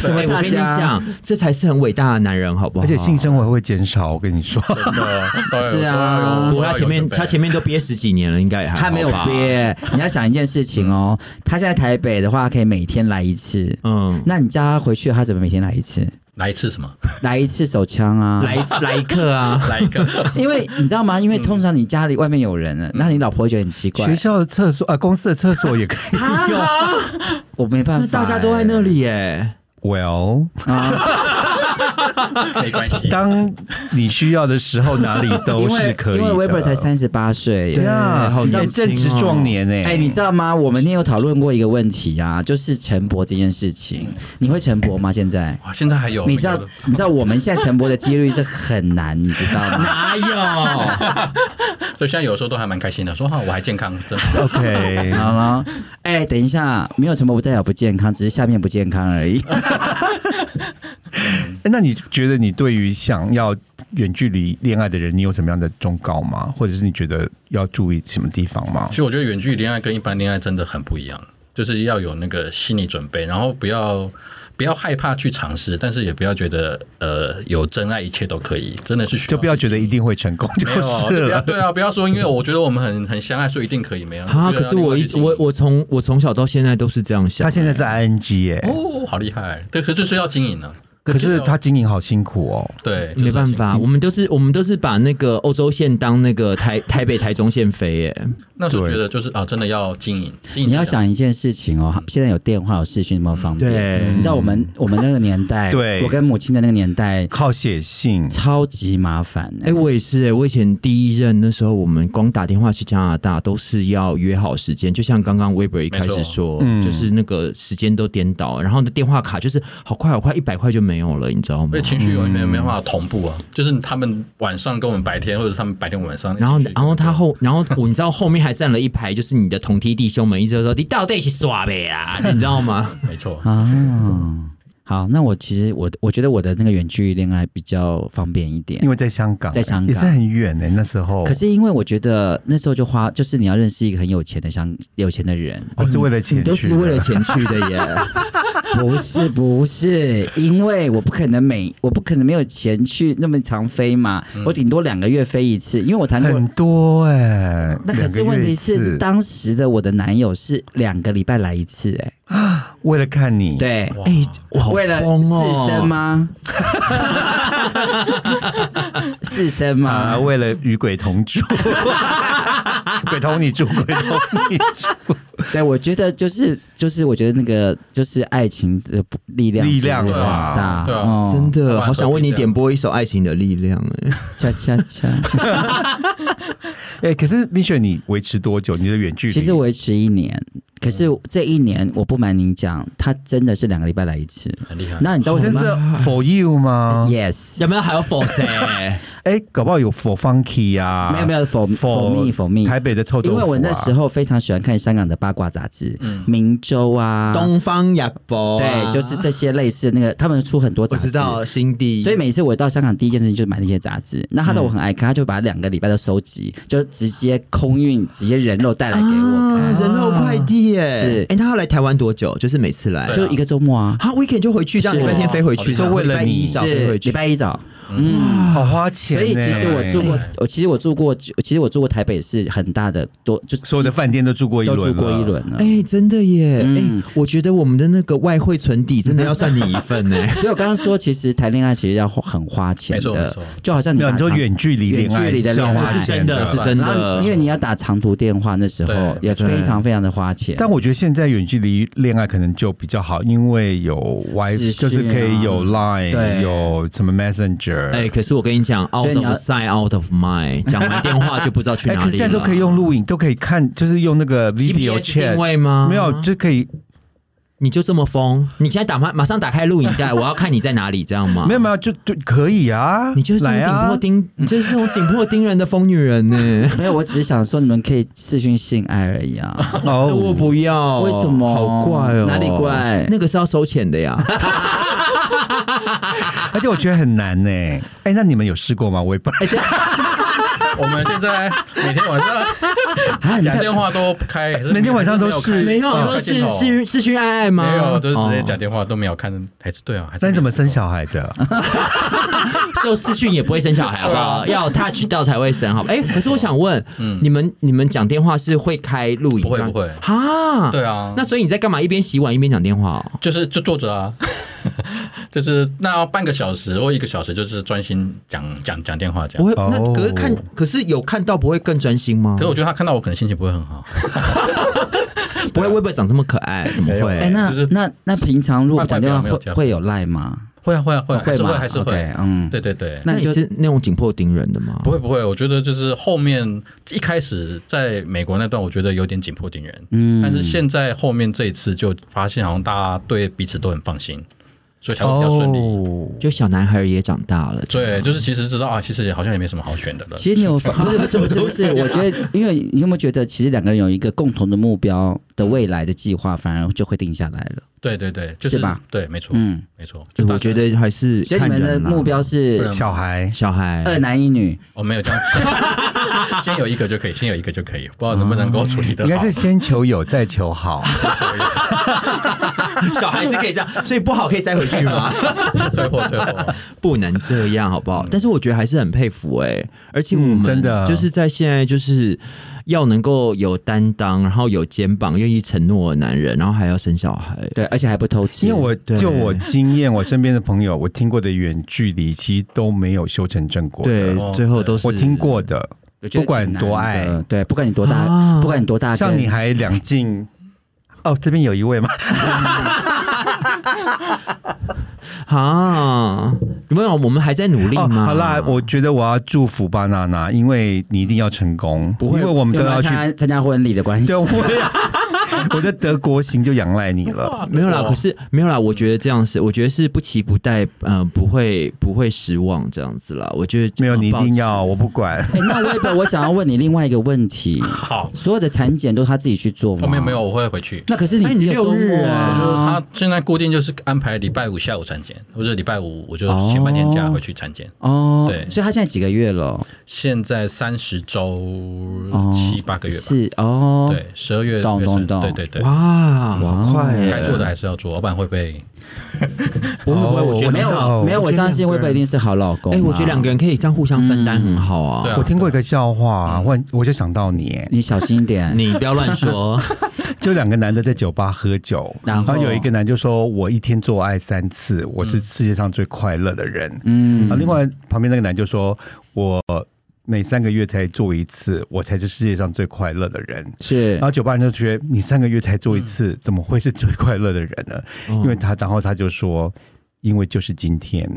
Speaker 2: 什么
Speaker 3: 哎我
Speaker 2: 大
Speaker 3: 跟你
Speaker 2: 家
Speaker 3: 讲
Speaker 2: 讲，这才是很伟大的男人，好不好？
Speaker 1: 而且性生活会减少，我跟你说，
Speaker 4: 真的都要
Speaker 3: 是啊
Speaker 4: 都要
Speaker 2: 不，
Speaker 4: 有
Speaker 2: 他前面
Speaker 4: 都要有准备
Speaker 2: 他前面都憋十几年了，应该也还好吧
Speaker 3: 他没有。憋，你要想一件事情哦，他现在台北的话可以每天来一次，
Speaker 2: 嗯，
Speaker 3: 那你叫他回去，他怎么每天来一次？
Speaker 4: 来一次什么？
Speaker 3: 来一次手枪啊？
Speaker 2: 来一次来一刻 啊！
Speaker 4: 来一个
Speaker 3: 因为你知道吗？因为通常你家里外面有人啊了，那你老婆会觉得很奇怪
Speaker 1: 嗯
Speaker 3: 啊
Speaker 1: 学。校的厕所啊、公司的厕所也可以用。
Speaker 3: 我没办法、欸
Speaker 2: 大家都在那里耶，
Speaker 1: well，
Speaker 4: 没关系。
Speaker 1: 当你需要的时候，哪里都
Speaker 3: 因
Speaker 1: 是
Speaker 3: 为
Speaker 1: 可以
Speaker 3: 因
Speaker 1: 的。
Speaker 3: 为 Weber 才三十八岁，
Speaker 1: 对啊，
Speaker 2: 好年
Speaker 1: 哎正值
Speaker 2: 轻哦
Speaker 1: 壮年哎、
Speaker 3: 哎、你知道吗？我们那天有讨论过一个问题啊，就是晨勃这件事情。你会晨勃吗？现在？
Speaker 4: 哇，现在还有
Speaker 3: 你知道
Speaker 4: 哦有的，
Speaker 3: 你知道我们现在晨勃的几率是很难，你知道吗？
Speaker 2: 哪有？
Speaker 4: 所以现在有时候都还蛮开心的，说哈我还健康，真 的
Speaker 1: OK，
Speaker 3: 好了，哎、等一下，没有晨勃不代表不健康，只是下面不健康而已。
Speaker 1: 哎那你觉得你对于想要远距离恋爱的人，你有什么样的忠告吗？或者是你觉得要注意什么地方吗
Speaker 4: 其？实我觉得远距离恋爱跟一般恋爱真的很不一样，就是要有那个心理准备，然后不要不要害怕去尝试，但是也不要觉得呃有真爱一切都可以，真的是需
Speaker 1: 就不要觉得一定会成功就
Speaker 4: 没有啊
Speaker 1: 是
Speaker 4: 就不要
Speaker 1: 了。
Speaker 4: 对啊，不要说，因为我觉得我们很很相爱，所以一定可以没有
Speaker 2: 啊！可是我一我我从我从小到现在都是这样想。
Speaker 1: 他现在是 ING 哎、
Speaker 4: 哦，好厉害，对，可就是要经营啊，
Speaker 1: 可是
Speaker 3: 哦
Speaker 1: 他经营好辛苦哦。
Speaker 4: 对，就是
Speaker 2: 没办
Speaker 4: 要经营。
Speaker 2: 法，我们都是我们都是把那个欧洲线当那个台台北台中线飞耶。
Speaker 4: 那时候
Speaker 1: 对
Speaker 4: 觉得就是啊，真的要经营，经营
Speaker 3: 你要
Speaker 4: 这样
Speaker 3: 想一件事情哦，现在有电话有视讯那么方便。
Speaker 2: 对
Speaker 3: 你知道我们我们那个年代，
Speaker 1: 对
Speaker 3: 我跟母亲的那个年代，
Speaker 1: 靠写信，
Speaker 3: 超级麻烦、
Speaker 2: 哎、
Speaker 3: 哎、
Speaker 2: 我也是哎、我以前第一任那时候，我们光打电话去加拿大都是要约好时间，就像刚刚 Weber 一开始说，就是那个时间都颠倒，然后的电话卡就是好快好快，一百块就没有了，你知道吗
Speaker 4: 所以？情绪有没有没办法同步啊？就是他们晚上跟我们白天，或者是他们白天晚上。
Speaker 2: 然后
Speaker 4: 情绪，
Speaker 2: 然后他后，然后我你知道后面还站了一排，就是你的同梯弟兄们，一直都说你到底是耍呗啊，你知道吗？
Speaker 4: 没错，
Speaker 3: 啊，好，那我其实我我觉得我的那个远距离恋爱比较方便一点
Speaker 1: 因。为在香港，
Speaker 3: 在香
Speaker 1: 也
Speaker 3: 港
Speaker 1: 是很远哎、那时候。
Speaker 3: 可是因为我觉得那时候就花，就是你要认识一个很有钱的香有钱的人，
Speaker 1: 我哦是为了钱
Speaker 2: 你
Speaker 1: 去的，
Speaker 2: 都是为了钱去 的耶。
Speaker 3: 不是不是，因为我不可能每我不可能没有钱去那么常飞嘛，
Speaker 1: 嗯
Speaker 3: 我顶多两个月飞一次，因为我谈
Speaker 1: 很
Speaker 3: 过。
Speaker 1: 多哎、
Speaker 3: 那可
Speaker 1: 两
Speaker 3: 是
Speaker 1: 个
Speaker 3: 问
Speaker 1: 月
Speaker 3: 题
Speaker 1: 一
Speaker 3: 是，
Speaker 1: 次
Speaker 3: 当时的我的男友是两个礼拜来一次、哎，
Speaker 1: 为了看你，
Speaker 3: 对，
Speaker 4: 哇
Speaker 2: 哎、我好
Speaker 3: 为了
Speaker 2: 疯哦
Speaker 3: 四 升吗？四升
Speaker 1: 啊，
Speaker 3: 吗？
Speaker 1: 为了与鬼同住，鬼同你住，鬼同你 住，
Speaker 3: 对，我觉得就是就是，我觉得那个就是爱情的力量
Speaker 1: 力量
Speaker 3: 就是很
Speaker 1: 啊
Speaker 3: 大，
Speaker 4: 对啊
Speaker 3: 哦
Speaker 2: 真的
Speaker 4: 哇
Speaker 2: 好想为你点播一首《爱情的力量》 哎，
Speaker 3: 恰恰恰。
Speaker 1: 哎、可是蜜雪，你维持多久？你的 远距离？嗯
Speaker 3: 其实维持一年，可是这一年我不瞒您讲，他真的是两个礼拜来一次。
Speaker 4: 很厉害。
Speaker 3: 那你知道
Speaker 1: 哎我
Speaker 3: 为什
Speaker 1: 真
Speaker 3: 么
Speaker 1: 是啊 for you 吗？
Speaker 3: ？Yes，
Speaker 2: 有没有还有 for 谁？
Speaker 1: 哎、搞不好有 for funky 啊，
Speaker 3: 呃没有没有，for for me for me。
Speaker 1: 台北的臭豆腐、
Speaker 3: 因
Speaker 1: 啊，嗯
Speaker 3: 为我那时候非常喜欢看香港的八卦杂志，《明周》啊，
Speaker 2: 东方日报啊、
Speaker 3: 对，就是这些类似那个，他们出很多
Speaker 2: 我
Speaker 3: 杂
Speaker 2: 知
Speaker 3: 志。
Speaker 2: 道新地，
Speaker 3: 所以每次我到香港第一件事情就是买那些杂志，那他知道我很爱看，他就把两个礼拜都收集，就直接空运，直接人肉带来给我
Speaker 2: 啊
Speaker 3: 看，
Speaker 2: 人肉快递耶，
Speaker 3: 是
Speaker 2: 哎，他要来台湾多久？就是每次来
Speaker 4: 对啊
Speaker 3: 就一个周末啊，
Speaker 2: 他 weekend 就回去，这样
Speaker 3: 是哦
Speaker 2: 礼拜天飞回去，
Speaker 4: 就
Speaker 2: 然后
Speaker 1: 为了
Speaker 2: 礼拜一
Speaker 1: 你
Speaker 2: 早飞
Speaker 3: 是
Speaker 2: 回去
Speaker 3: 礼。拜一早，
Speaker 1: 好花钱、
Speaker 3: 所
Speaker 1: 欸，
Speaker 3: 以其实我住过
Speaker 4: 哎，
Speaker 3: 我其实我住过，其实我住过台北市很大的多，就
Speaker 1: 所有的饭店都住过一
Speaker 3: 都
Speaker 1: 轮，
Speaker 3: 住过一。轮了。
Speaker 2: 哎，真的耶！
Speaker 3: 嗯
Speaker 2: 哎，我觉得我们的那个外汇存底真的要算你一份 呢。
Speaker 3: 所以我刚刚说，其实谈恋爱其实要花很花钱
Speaker 4: 没错没
Speaker 3: 的
Speaker 4: 错，
Speaker 3: 就
Speaker 2: 嗯
Speaker 3: 好像你
Speaker 1: 没有，
Speaker 3: 打
Speaker 1: 你说
Speaker 3: 长
Speaker 1: 远距离恋爱
Speaker 3: 远距离的
Speaker 1: 是要
Speaker 3: 恋爱
Speaker 1: 花
Speaker 3: 是
Speaker 1: 钱
Speaker 2: 真 的是真的
Speaker 3: 然后因为你要打长途电话，那时候
Speaker 4: 对
Speaker 3: 也非常非常的花钱。
Speaker 1: 但我觉得现在远距离恋爱可能就比较好，因为有 Wi，
Speaker 3: 是
Speaker 1: 就
Speaker 2: 啊
Speaker 1: 是可以有 Line，
Speaker 3: 对
Speaker 1: 有什么 Messenger。
Speaker 2: 哎，可是我跟你讲
Speaker 3: 所以
Speaker 2: ，out of
Speaker 3: 你要。
Speaker 2: sight, out of mind，讲完电话就不知道去
Speaker 1: 哎
Speaker 2: 哪
Speaker 1: 可是
Speaker 2: 里
Speaker 1: 现在
Speaker 2: 了。
Speaker 1: 都可以用录影，都可以看，就是用那个 video
Speaker 2: GPS 定
Speaker 1: chat，
Speaker 2: 位吗？
Speaker 1: 没有就可以，
Speaker 2: 你就这么疯？你现在打马马上打开录影带，我要看你在哪里，这样吗？
Speaker 1: 没有没有就就可以啊。
Speaker 2: 你就是这
Speaker 1: 来
Speaker 2: 种紧
Speaker 1: 啊
Speaker 2: 迫，盯，你就是这种紧迫盯人的疯女人呢
Speaker 3: 没有，我只是想说，你们可以视讯性爱而已啊。
Speaker 2: 哦，我不要，
Speaker 3: 为什么
Speaker 2: 好怪哦，
Speaker 3: 哪里怪
Speaker 2: 那个是要收钱的呀。
Speaker 1: 而且我觉得很难呢。哎，那你们有试过吗？我也不
Speaker 2: 哎
Speaker 4: 我们现在每天晚上
Speaker 3: 啊，你
Speaker 4: 讲
Speaker 3: 看
Speaker 4: 电话都不开，还是
Speaker 1: 每天晚上都
Speaker 4: 没有开
Speaker 1: 是
Speaker 2: 没有，
Speaker 4: 嗯
Speaker 2: 都
Speaker 4: 开
Speaker 2: 是
Speaker 3: 哦
Speaker 4: 镜头
Speaker 2: 是是去爱爱吗？
Speaker 4: 没有，就是直接
Speaker 2: 哦
Speaker 4: 讲电话都没有看，还是对啊？还是
Speaker 1: 那你怎么生小孩的？
Speaker 4: 哎
Speaker 2: 就视讯也不会生小孩，好不 好？
Speaker 4: 啊
Speaker 2: 要 touch 到才会生，好吧？哎，可是我想问，你们你们讲电话是会开录影？
Speaker 4: 嗯不会
Speaker 2: 这样
Speaker 4: 不会
Speaker 2: 哈，
Speaker 4: 对啊
Speaker 2: 那所以你在干嘛？一边洗碗一边讲电话哦？
Speaker 4: 就是就坐着啊， 就是那半个小时或一个小时，就是专心讲讲讲电话讲
Speaker 2: 不。会，
Speaker 1: 哦
Speaker 2: 那可是看，可是有看到不会更专心吗
Speaker 4: 可？是我觉得他看到我可能心情不会很好，
Speaker 2: 不会，微博长这么可爱，怎么
Speaker 4: 没有
Speaker 2: 会？
Speaker 3: 哎，那
Speaker 4: 就是
Speaker 3: 那那平常如果
Speaker 4: 怪怪
Speaker 3: 打电话
Speaker 4: 没有
Speaker 3: 会
Speaker 4: 这样
Speaker 3: 会有赖吗？哦
Speaker 4: 会啊会啊会啊，还
Speaker 3: 会
Speaker 4: 是会
Speaker 3: 吗？
Speaker 4: 还是
Speaker 3: OK，
Speaker 4: 会，
Speaker 3: 嗯，
Speaker 4: 对对对。
Speaker 2: 那
Speaker 3: 那
Speaker 2: 你
Speaker 3: 你就是
Speaker 2: 那种紧迫盯人的吗？
Speaker 4: 不会不会，我觉得就是后面一开始在美国那段，我觉得有点紧迫盯人，
Speaker 3: 嗯
Speaker 4: 但是现在后面这一次就发现，好像大家对彼此都很放心，所以才会比较顺利。
Speaker 1: 哦
Speaker 2: 就小男孩也长大了，这
Speaker 4: 对，
Speaker 2: 样
Speaker 4: 就是其实知道啊，其实也好像也没什么好选的了。
Speaker 3: 其实你有发 不是不是不是不
Speaker 4: 啊
Speaker 3: 是，我觉得，因为你有没有觉得，其实两个人有一个共同的目标的未来的计划，反而就会定下来了。
Speaker 4: 对对对，就
Speaker 3: 是
Speaker 4: 是
Speaker 3: 吧？
Speaker 4: 对，没错，
Speaker 3: 嗯，
Speaker 4: 没错。就
Speaker 2: 对
Speaker 4: 大
Speaker 2: 我
Speaker 4: 家
Speaker 2: 觉得还是
Speaker 3: 所以你
Speaker 2: 看
Speaker 3: 们的
Speaker 2: 人
Speaker 4: 啊
Speaker 2: 啦
Speaker 3: 目标嗯是
Speaker 1: 小孩
Speaker 2: 小孩
Speaker 3: 二男一女，
Speaker 4: 哦，没有这样，先有一个就可以，先有一个就可以，不知道能不能够处理得
Speaker 1: 嗯应该
Speaker 4: 好
Speaker 1: 是。先求有再求好，
Speaker 2: 小孩是可以这 样，所以不好可以塞回去吗？
Speaker 4: 退货退货，
Speaker 2: 不能这样，好不好？但是我觉得还是很佩服哎、而且我们
Speaker 1: 嗯真的
Speaker 2: 就是在现在就是要能够有担当，然后有肩膀，愿意承诺的男人，然后还要生小孩，
Speaker 3: 对，而且还不偷吃。
Speaker 1: 因为我
Speaker 2: 对
Speaker 1: 就我经验，我身边的朋友，我听过的远距离其实都没有修成正果。
Speaker 2: 对，
Speaker 4: 哦
Speaker 2: 最后都是
Speaker 1: 我听过的，
Speaker 3: 我觉得
Speaker 1: 不管多
Speaker 3: 挺难的
Speaker 1: 爱，
Speaker 3: 对，不管你多大，
Speaker 2: 啊
Speaker 3: 不管你多大，
Speaker 1: 像你还两进。哦，这边有一位吗？
Speaker 2: 啊，有没有？我们还在努力
Speaker 1: 哦，
Speaker 2: 吗？
Speaker 1: 好啦，我觉得我要祝福巴娜娜，因为你一定要成功，
Speaker 3: 不会，
Speaker 1: 因为我们都
Speaker 3: 因为
Speaker 1: 要去
Speaker 3: 参。加参加婚礼的关 系
Speaker 1: 对，。我要我的德国行就仰赖你了。
Speaker 2: 没有啦，可是没有啦，我觉得这样是，我觉得是不期不待，嗯，不会不会失望这样子啦。我觉得
Speaker 1: 没有，
Speaker 2: 呃
Speaker 1: 你一
Speaker 2: 保
Speaker 1: 定
Speaker 2: 持
Speaker 1: 要，我不管。
Speaker 3: 哎，那我也不我想要问你另外一个问题：
Speaker 4: 好，
Speaker 3: 所有的产检都是他自己去做吗？
Speaker 4: 后面没。有，我会回去。
Speaker 3: 那可是你
Speaker 2: 哎
Speaker 3: 只
Speaker 2: 你
Speaker 3: 有周
Speaker 2: 六日
Speaker 3: 末
Speaker 4: 我
Speaker 2: 哎
Speaker 4: 就
Speaker 3: 啊，
Speaker 4: 他现在固定就是安排礼拜五下午产检，或者礼拜五我就请半天假回去产检。
Speaker 3: 哦，
Speaker 4: 对
Speaker 3: 所以他现在几个月了？
Speaker 4: 现在三十周
Speaker 3: 哦
Speaker 4: 七八个月吧，
Speaker 3: 是哦，
Speaker 4: 对，十二月
Speaker 3: 懂
Speaker 4: 月
Speaker 3: 懂
Speaker 4: 份
Speaker 3: 懂
Speaker 4: 对对对，
Speaker 2: 哇，好快耶！
Speaker 4: 该做的还是要做，老板会被
Speaker 1: 不会不哦会，我
Speaker 3: 没
Speaker 1: 知道
Speaker 3: 有没有，
Speaker 2: 我
Speaker 3: 我
Speaker 2: 觉得
Speaker 3: 相信
Speaker 2: 两个
Speaker 3: 威贝一定是好老公啊。
Speaker 2: 哎、我觉得两个人可以这样互相分担，很好啊。
Speaker 4: 对啊
Speaker 1: 我听过一个笑话，我我就想到你，
Speaker 3: 你小心一点。
Speaker 2: 你不要乱说，
Speaker 1: 就两个男的在酒吧喝酒，
Speaker 3: 然
Speaker 1: 然
Speaker 3: 后
Speaker 1: 后有一个男就说：“我一天做爱三次，我是世界上最快乐的人。
Speaker 3: 嗯
Speaker 1: 然后另外旁边那个男就说：“我每三个月才做一次，我才是世界上最快乐的人。”
Speaker 3: 是
Speaker 1: 然后酒吧人就觉得你三个月才做一
Speaker 3: 嗯
Speaker 1: 次，怎么会是最快乐的人呢？
Speaker 3: 哦
Speaker 1: 因为他，然后他就说，因为就是今天，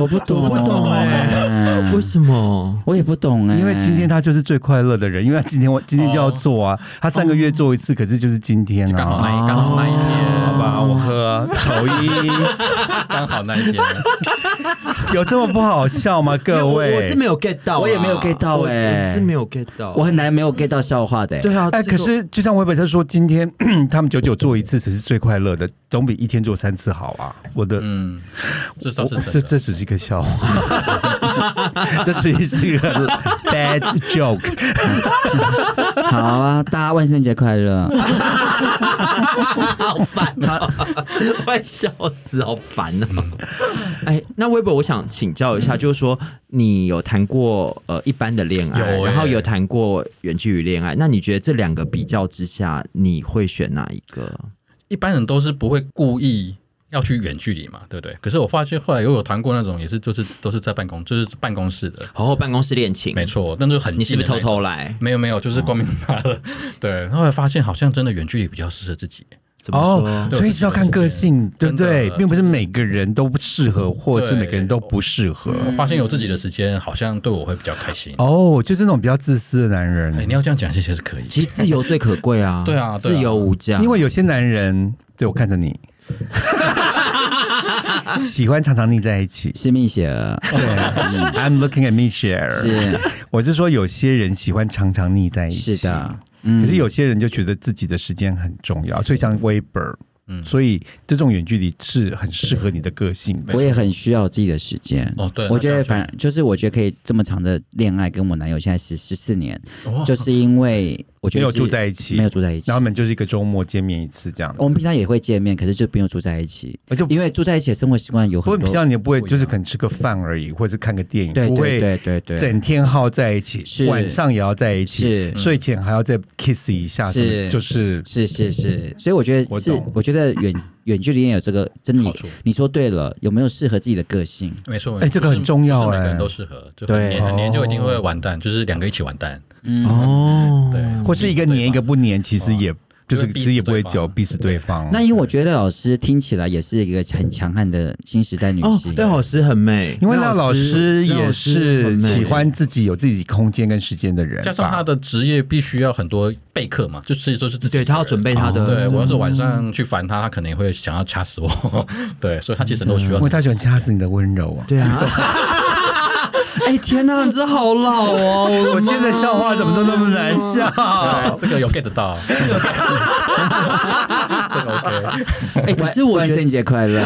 Speaker 3: 我不懂，
Speaker 2: 我不懂哎为什么？
Speaker 3: 我也不懂哎、哦
Speaker 1: 因为今天他就是最快乐的人，因为他今天我今天就要做啊，他三个月做一次，可是就是今天
Speaker 4: 刚好
Speaker 1: 啊，
Speaker 4: 那一刚好那一
Speaker 1: 好
Speaker 4: 天，
Speaker 1: 吧，我 喝丑一，
Speaker 4: 刚好那一天，
Speaker 1: 有这么不好笑吗？各
Speaker 2: 我我
Speaker 1: 位
Speaker 2: 是，没有 get 到啊，
Speaker 3: 我也没有 get 到
Speaker 2: 我
Speaker 3: 哎
Speaker 2: 我是没有 get 到，
Speaker 3: 我很难没有 get 到笑话的、哎
Speaker 2: 对啊。
Speaker 1: 哎，
Speaker 2: 这个
Speaker 1: 可是就像维本特说，今天 他们九九做一次只是最快乐的，总比一天做三次好啊。我的
Speaker 4: 嗯，这倒是
Speaker 1: 我哦
Speaker 4: 真的
Speaker 1: 这这只是一个笑话， 这是一是一个 bad joke。
Speaker 3: 好啊，大家万圣节快乐！
Speaker 2: 好烦啊，快笑死，好烦啊！哎，那 Weber，我想请教一下，就是说你有谈过呃一般的恋爱，
Speaker 4: 有欸
Speaker 2: 然后有谈过远距离恋爱，那你觉得这两个比较之下，你会选哪一个？
Speaker 4: 一般人都是不会故意要去远距离嘛，对不对？可是我发现后来又有谈过那种，也是就是都是在办公，就是办公室的，
Speaker 2: 然后办公室恋情，
Speaker 4: 没错，但是很
Speaker 2: 嗯你是不是
Speaker 4: 近
Speaker 2: 偷嗯
Speaker 4: 的那种？
Speaker 2: 偷来？
Speaker 4: 没有没有，就是光明大的。 对，后来发现好像真的远距离比较适合自己。
Speaker 2: 怎么说？
Speaker 4: 对
Speaker 1: 哦所以是要看个性，对不对
Speaker 4: 真？的嗯
Speaker 1: 并不是每个人都不适合，或者是每个人都不适合。
Speaker 4: 我发现有自己的时间，好像对我会比较开心。
Speaker 1: 哦，就是那种比较自私的男
Speaker 4: 哎，
Speaker 1: 人，
Speaker 4: 你要这样讲，其实是可以。
Speaker 2: 其实自由最可贵啊！
Speaker 4: 对啊对啊
Speaker 2: 自由无价。
Speaker 1: 因为有些男人，对我看着 你，喜欢常常腻在一起。
Speaker 3: 是蜜雪儿，
Speaker 1: 对，I'm looking at me share。
Speaker 3: 是
Speaker 1: 我是说，有些人喜欢常常腻在一起。
Speaker 3: 是的，嗯
Speaker 1: 可是有些人就觉得自己的时间很重要，所以像 Weber，
Speaker 4: 嗯
Speaker 1: 所以这种远距离是很适合你的个性的。
Speaker 3: 我也很需要自己的时间。
Speaker 4: 哦，对，
Speaker 3: 我觉得
Speaker 4: 那这样
Speaker 3: 反就是我觉得可以这么长的恋爱，跟我男友现在十十四年，
Speaker 4: 讲哦
Speaker 3: 就是因为我觉
Speaker 1: 没
Speaker 3: 得
Speaker 1: 有
Speaker 3: 是
Speaker 1: 住在一起，
Speaker 3: 没有哦住在一起
Speaker 1: 然后。我们就是一个周末见面一次这样子
Speaker 3: 我。们平常也会见面，可是就不用住在一起，
Speaker 1: 我就
Speaker 3: 因为住在一起的生活习惯有
Speaker 1: 不
Speaker 3: 很
Speaker 1: 会
Speaker 3: 多。
Speaker 1: 像你不会就是可能吃个饭而已，或者是看个电影，
Speaker 3: 对
Speaker 1: 不
Speaker 3: 对
Speaker 1: 会
Speaker 3: 对对对，
Speaker 1: 整天耗在一
Speaker 3: 是
Speaker 1: 起，晚上也要在一起
Speaker 3: 是，
Speaker 1: 睡前还要再 kiss 一下，
Speaker 3: 是
Speaker 1: 什么就是
Speaker 3: 是是是，所以我觉得
Speaker 1: 我
Speaker 3: 是，我
Speaker 1: 懂
Speaker 3: 觉得远远距离恋爱有这个真的有
Speaker 4: 好处，
Speaker 3: 你说对了，有没有适合自己的个性？
Speaker 4: 没错，
Speaker 1: 哎这个
Speaker 4: 不是
Speaker 1: 很重要
Speaker 4: 不是每个
Speaker 1: 哎
Speaker 4: 人都适合，就
Speaker 3: 对
Speaker 4: 很黏，很黏就一定会
Speaker 1: 哦
Speaker 4: 完蛋，就是两个一起完蛋。
Speaker 3: 嗯，
Speaker 2: 哦，
Speaker 4: 对，
Speaker 1: 或是一个
Speaker 3: 哦
Speaker 4: 对
Speaker 1: 黏一个不黏，其实也就是
Speaker 4: 就会逼死
Speaker 1: 死也不会
Speaker 4: 对方
Speaker 1: 久，逼死对方。
Speaker 3: 那因为我觉得老师听起来也是一个很强悍的新时代女
Speaker 2: 哦
Speaker 3: 性，，
Speaker 2: 廖老师很美，
Speaker 1: 因为那
Speaker 2: 廖
Speaker 1: 老师
Speaker 2: 廖
Speaker 1: 也
Speaker 2: 老师
Speaker 1: 是
Speaker 2: 很美
Speaker 1: 喜欢自己有自己空间跟时间的人吧，
Speaker 4: 加上他的职业必须要很多备课嘛，就是就是自己哦
Speaker 2: 对他要准备他的，
Speaker 4: 对我要是晚上去烦他，他可能也会想要掐死我。 对，所以他其实都需要
Speaker 1: 因为。他喜欢掐死你的温柔啊。
Speaker 2: 对啊。 哎天哪，你真好老哦！我
Speaker 1: 我接的笑话怎么都那么难笑？
Speaker 4: 对这个有 get 到，这个 OK。
Speaker 2: 哎，可是我
Speaker 3: 万
Speaker 2: 觉得
Speaker 3: 圣，节快乐。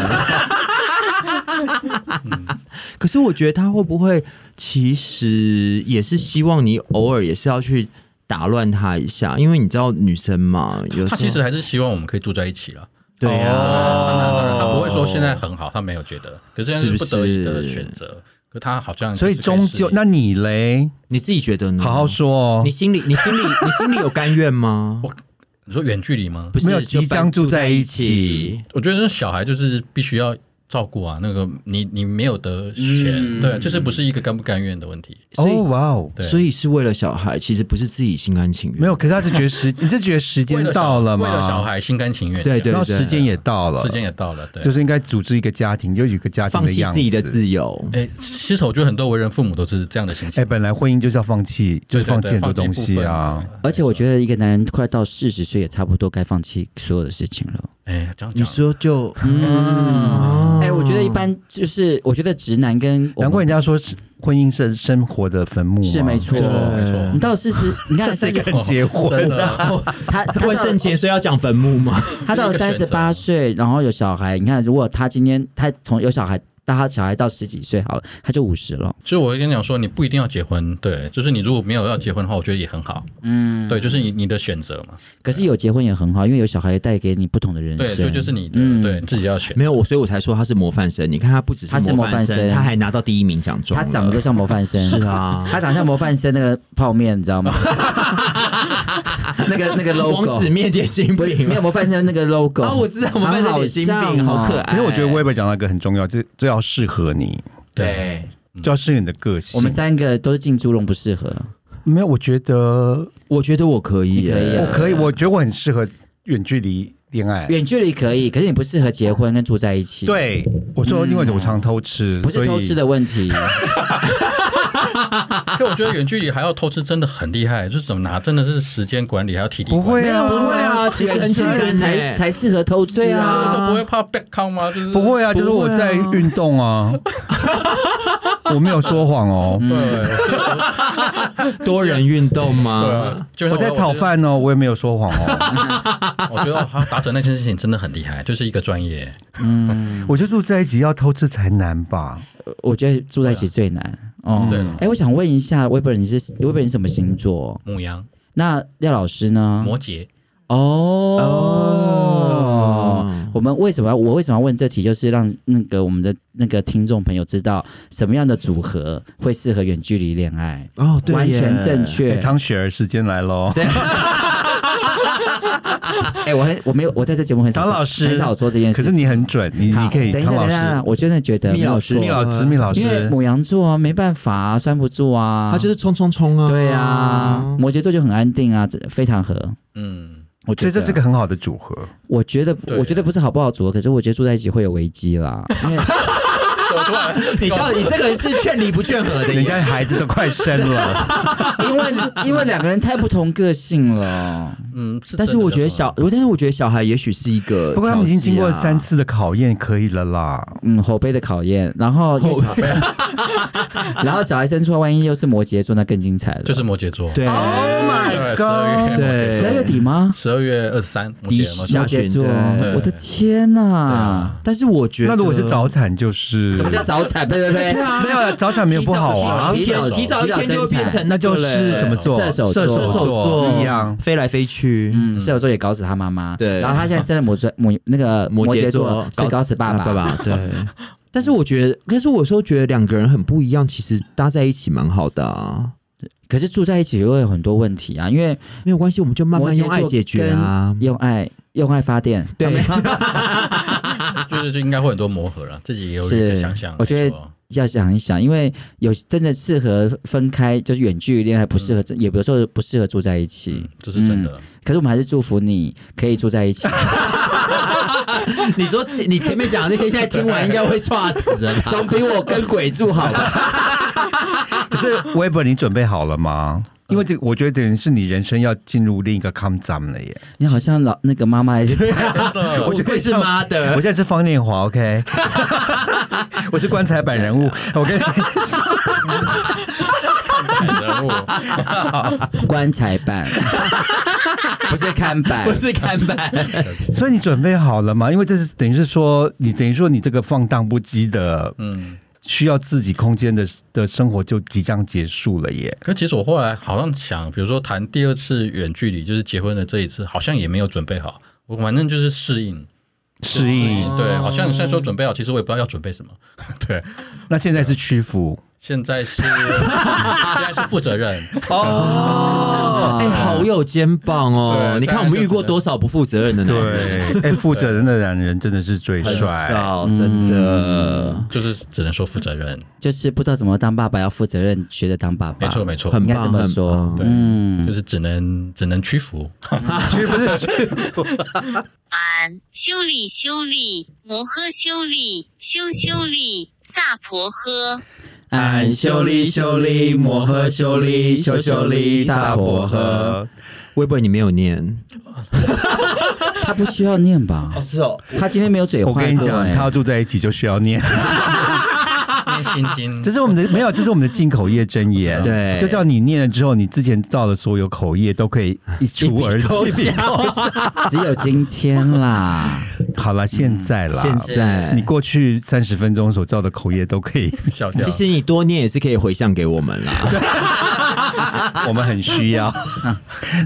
Speaker 2: 可是我觉得他会不会其实也是希望你偶尔也是要去打乱他一下，因为你知道女生嘛，有时候
Speaker 4: 他其实还是希望我们可以住在一起了。
Speaker 2: 对啊，
Speaker 1: 哦
Speaker 4: 当然当然他不会说现在很好，他没有觉得，可是现在
Speaker 2: 是不
Speaker 4: 是不得已的
Speaker 2: 是
Speaker 4: 选择。可他好像
Speaker 1: 所以
Speaker 4: 就是嗯可
Speaker 1: 终
Speaker 4: 适
Speaker 1: 究
Speaker 4: 应，
Speaker 1: 那你嘞，
Speaker 2: 你自己觉得呢？
Speaker 1: 好好说哦
Speaker 2: 你。心里，你心里，你心里有甘愿 吗？
Speaker 4: 你说远距离吗？
Speaker 2: 不是
Speaker 1: 没有
Speaker 2: 就
Speaker 1: 即将
Speaker 2: 搬
Speaker 1: 住在一
Speaker 2: 起，
Speaker 4: 我觉得那小孩就是必须要照顾啊，那个你你没有得选，
Speaker 3: 嗯
Speaker 4: 对，这是不是一个甘不甘愿的问题？
Speaker 2: 所以
Speaker 1: 哦哇哦，
Speaker 4: 对，
Speaker 2: 所以是为了小孩，其实不是自己心甘情愿。
Speaker 1: 没有，可是他就觉得 时，你就觉得时
Speaker 4: 为
Speaker 1: 间
Speaker 4: 了小
Speaker 1: 到了嘛，
Speaker 4: 为了小孩心甘情愿，
Speaker 2: 对对
Speaker 1: 然后时间也到了，
Speaker 4: 时间也到了，对，
Speaker 1: 就。是应该组织一个家庭，就有一个家庭
Speaker 2: 放
Speaker 1: 的
Speaker 2: 弃
Speaker 1: 样子。
Speaker 2: 自己的自由。
Speaker 4: 哎，其实我觉得很多为人父母都是这样的心
Speaker 1: 哎、
Speaker 4: 情，
Speaker 1: 本来婚姻就是要放弃，就
Speaker 4: 对
Speaker 1: 是
Speaker 4: 对
Speaker 1: 放弃
Speaker 4: 对
Speaker 1: 很多东西啊。
Speaker 4: 放弃部分
Speaker 3: 而且我觉得一个男人快到四十岁，也差不多该放弃所有的事情了。
Speaker 4: 哎，这样
Speaker 2: 你
Speaker 4: 讲，
Speaker 2: 说就
Speaker 3: 嗯，哎、我觉得一般就是，我觉得直男跟我们
Speaker 1: 难怪人家说是婚姻是生活的坟墓、啊，
Speaker 3: 是 没错
Speaker 4: 没错没
Speaker 3: 你
Speaker 2: 嗯
Speaker 4: 错，
Speaker 3: 到四 十，你看三个，
Speaker 1: 跟结
Speaker 4: 真
Speaker 1: 婚啊、
Speaker 4: 的，
Speaker 3: 他他
Speaker 2: 万
Speaker 3: 到
Speaker 2: 圣节，所以要讲坟墓吗？
Speaker 3: 他到了
Speaker 4: 一个
Speaker 3: 三
Speaker 4: 选
Speaker 3: 十
Speaker 4: 择
Speaker 3: 八岁，然后有小孩，你看，如果他今天他从有小孩到他小孩到十几岁好了，他就五十了。
Speaker 4: 所以我会跟你讲说，你不一定要结婚，对，就是你如果没有要结婚的话，我觉得也很好，
Speaker 3: 嗯，
Speaker 4: 对，就是你你的选择嘛，
Speaker 3: 可是有结婚也很好，因为有小孩带给你不同的人
Speaker 2: 啊
Speaker 4: 对，
Speaker 3: 生。
Speaker 4: 这就是你的，
Speaker 3: 嗯
Speaker 4: 对，你自己要选。
Speaker 2: 没有我，所以我才说他是模范生。你看他不只
Speaker 3: 他是模
Speaker 2: 模
Speaker 3: 范生
Speaker 2: 生，他还拿到第一名奖状
Speaker 3: 他
Speaker 2: 了。
Speaker 3: 长得就像模范生，
Speaker 2: 是啊
Speaker 3: 他长得像模范生那个泡面，你知道吗？ 那个 那个 logo
Speaker 2: 王子面点心
Speaker 3: 不是
Speaker 2: 饼
Speaker 3: 没有模范生那个 logo
Speaker 2: 啊，我知道模范生点心饼好可
Speaker 3: 爱。
Speaker 1: 可
Speaker 2: 爱。
Speaker 1: 是我觉得 Weber 讲到一个很重要，这这要适合你，
Speaker 2: 对
Speaker 1: 就要适合你的个性。
Speaker 3: 嗯我们三个都是进猪笼，不适合。
Speaker 1: 没有，我觉得
Speaker 2: 我觉得我可以
Speaker 3: 你可以
Speaker 2: 耶，
Speaker 3: 啊
Speaker 1: 我可以，我觉得我很适合远距离恋爱。
Speaker 3: 远距离可以，可是你不适合结婚跟住在一起。，
Speaker 1: 对，我说，因为我常偷吃，
Speaker 3: 嗯不是偷吃的问题。
Speaker 4: 因为我觉得远距离还要偷吃真的很厉害，就是怎么拿，真的是时间管理还有体力
Speaker 1: 所以，不
Speaker 4: 管理。
Speaker 1: 会啊，
Speaker 2: 不会啊其
Speaker 3: 其实
Speaker 2: 实
Speaker 3: 很
Speaker 2: 很
Speaker 3: 简
Speaker 2: 简单
Speaker 3: 单，才
Speaker 2: 欸
Speaker 3: 才适合偷吃
Speaker 2: 对啊
Speaker 4: 都不会怕 back 康吗？就是
Speaker 1: 不。会啊，就是我在运动 啊，我没有说谎哦，
Speaker 3: 嗯
Speaker 4: 对
Speaker 2: 多人运动吗？
Speaker 4: 对，就像
Speaker 1: 我在炒。饭哦，我也没有说谎哦，
Speaker 4: 我觉得他达成那件事情真的很厉害，就是一个专业。
Speaker 3: 嗯
Speaker 1: 我就住在一起要偷吃才难吧？
Speaker 3: 我觉得住在一起最难。哦，
Speaker 4: 对
Speaker 3: 哎，我想问一下，威伯，你是威伯，你什么星座？
Speaker 4: 母羊、
Speaker 3: 那廖老师呢？
Speaker 4: 摩羯，
Speaker 3: 哦，我们为什么要我为什么要问这题？就是让那个我们的那个听众朋友知道什么样的组合会适合远距离恋爱，
Speaker 2: 哦，对耶，
Speaker 3: 完全正
Speaker 1: 哎
Speaker 3: 确。
Speaker 1: 汤雪儿时间来喽，
Speaker 3: 哎、我很我没有我在这节目很少
Speaker 1: 唐老师
Speaker 3: 很少说这件事
Speaker 1: 可
Speaker 3: 情。
Speaker 1: 是你很准，你
Speaker 3: 好
Speaker 1: 你可以
Speaker 3: 等一下
Speaker 1: 汤老
Speaker 3: 等一下，
Speaker 1: 师，
Speaker 3: 我真的觉得
Speaker 2: 密老师
Speaker 3: 没
Speaker 1: 密
Speaker 3: 有
Speaker 1: 老师，密老
Speaker 3: 错因为
Speaker 1: 师，
Speaker 3: 母羊座啊，没办法啊，拴不住啊，
Speaker 2: 他就是冲冲冲啊！
Speaker 3: 对啊，摩羯座就很安定啊，这非常合。
Speaker 4: 嗯，
Speaker 3: 我觉
Speaker 1: 所
Speaker 3: 得
Speaker 1: 以这是个很好的组合。
Speaker 3: 我觉得
Speaker 4: 对
Speaker 3: 我觉得不是好不好组合，可是我觉得住在一起会有危机啦，因为。
Speaker 2: 你到底这个人是劝离不劝 和的耶，
Speaker 1: 人家孩子都快生了，
Speaker 3: 因为因为两个人太不同个性了。
Speaker 4: 嗯，
Speaker 2: 但是
Speaker 4: 真的
Speaker 2: 我觉得
Speaker 4: 比较
Speaker 2: 小，我但是我觉得小孩也许是一个、
Speaker 1: 不过他们已经经过三，次的考验，可以了啦。
Speaker 3: 啊嗯，口碑的考验，然后因为小 然后小孩生出来，万一又是摩羯座，那更精彩了。
Speaker 4: 就是摩羯座，
Speaker 2: 对，
Speaker 4: 对，十二月，
Speaker 2: 对
Speaker 3: 十二月底吗？
Speaker 4: 十二月二十三，摩
Speaker 2: 的
Speaker 4: 羯，摩羯
Speaker 2: 下
Speaker 3: 摩
Speaker 2: 旬
Speaker 3: 羯座，
Speaker 2: 对
Speaker 3: 我的天呐！
Speaker 4: 对啊
Speaker 2: 但是我觉得
Speaker 1: 那如果是早产，就是
Speaker 3: 什么叫早产？对对 对，
Speaker 1: 没有啊早产没有不好啊，
Speaker 2: 提早
Speaker 3: 提
Speaker 2: 提早
Speaker 3: 早
Speaker 2: 一天就会变成
Speaker 1: 那
Speaker 2: 那
Speaker 1: 就
Speaker 2: 个嘞
Speaker 1: 是什么座？
Speaker 3: 射手
Speaker 1: 射
Speaker 3: 座
Speaker 1: 手
Speaker 2: 射手座
Speaker 1: 一样。
Speaker 2: 飞来飞去，
Speaker 3: 嗯，射手座也搞死他妈妈，
Speaker 2: 对
Speaker 3: 然后他现在生了摩羯母那个
Speaker 2: 摩
Speaker 3: 羯
Speaker 2: 羯
Speaker 3: 座
Speaker 2: 座
Speaker 3: 是搞死爸爸，
Speaker 2: 爸 爸，对。但是我觉得，可是我有时候觉得两个人很不一样，其实搭在一起蛮好的啊，
Speaker 3: 可是住在一起会有很多问题啊，因为
Speaker 2: 没有关系，我们就慢
Speaker 3: 摩
Speaker 2: 慢
Speaker 3: 羯
Speaker 2: 用爱
Speaker 3: 座
Speaker 2: 解决啊
Speaker 3: 跟。用爱用爱发电，
Speaker 2: 对，
Speaker 4: 就是就应该会很多磨合了，自己也有一
Speaker 3: 是
Speaker 4: 个想象。
Speaker 3: 我觉得
Speaker 4: 没错
Speaker 3: 要想一想，因为有真的适合分开，就是远距离恋爱不适合，也比如说不适合住在一起。
Speaker 4: 嗯这是真的。
Speaker 3: 可是我们还是祝福你可以住在一起。
Speaker 2: 你说你前面讲的那些，现在听完应该会猝死的吧？
Speaker 3: 总比我跟鬼住好吧？
Speaker 1: 可是 Weber，你准备好了吗？因为这个，我觉得等于是你人生要进入另一个 come down 了耶。
Speaker 3: 你好像老那个妈妈还是
Speaker 2: 我觉得是妈
Speaker 1: 我
Speaker 2: 的
Speaker 3: 呃
Speaker 1: 现，在是方念华，OK，我是棺材板人物。我跟你
Speaker 4: 哎人物
Speaker 3: 棺材板，不是看板
Speaker 2: 不。是看板。
Speaker 1: 所以你准备好了吗？因为这是等于是说，你等于说你这个放荡不羁的，
Speaker 4: 嗯，
Speaker 1: 需要自己空间的的生活就即将结束了耶。
Speaker 4: 可其实我后来好像想，比如说谈第二次远距离，就是结婚的这一次，好像也没有准备好。我反正就是适应，
Speaker 1: 适应。
Speaker 2: 嗯
Speaker 4: 对，好像虽然说准备好，其实我也不知道要准备什么。 对，
Speaker 1: 那现在是屈服
Speaker 4: 现在是现在是负责任，
Speaker 2: 哦，哎，好有肩膀哦！
Speaker 4: 啊对
Speaker 2: 你看我们遇过多少不负责任的男人，
Speaker 1: 对，哎，负责任的男人真的是最
Speaker 2: 很
Speaker 1: 帅。
Speaker 2: 少，真的
Speaker 4: 就是只能说负责任。
Speaker 3: 就是不知道怎么当爸爸，要负责任，学着当爸爸。
Speaker 4: 没错，没错，
Speaker 2: 很嗯
Speaker 3: 应该
Speaker 2: 棒，
Speaker 3: 这么
Speaker 2: 很
Speaker 3: 说
Speaker 2: 棒。。
Speaker 4: 对，就是只能只能 屈服。
Speaker 1: 屈不是屈，
Speaker 5: 俺修理修理摩诃修理修修理萨婆诃。
Speaker 3: 俺修理修理摩诃修理修修 理萨婆诃。
Speaker 2: 微博你没有念，
Speaker 3: 他不需要念吧？
Speaker 2: 是哦，
Speaker 3: 他今天没有嘴坏
Speaker 1: 我
Speaker 3: 过、欸。
Speaker 1: 跟你讲，他要住在一起就需要念，
Speaker 4: 念心经
Speaker 1: 这是我们的没有，这是我们的进口业真言。
Speaker 2: 对
Speaker 1: 就叫你念了之后，你之前造的所有口业都可以一出而
Speaker 2: 偷
Speaker 1: 尽。
Speaker 3: 只有今天啦。
Speaker 1: 好了，现在啦，
Speaker 2: 现在
Speaker 1: 你过去三十分钟所造的口业都可以，
Speaker 4: 笑掉
Speaker 2: 其。实你多念也是可以回向给我们啦。
Speaker 1: 我们很需要。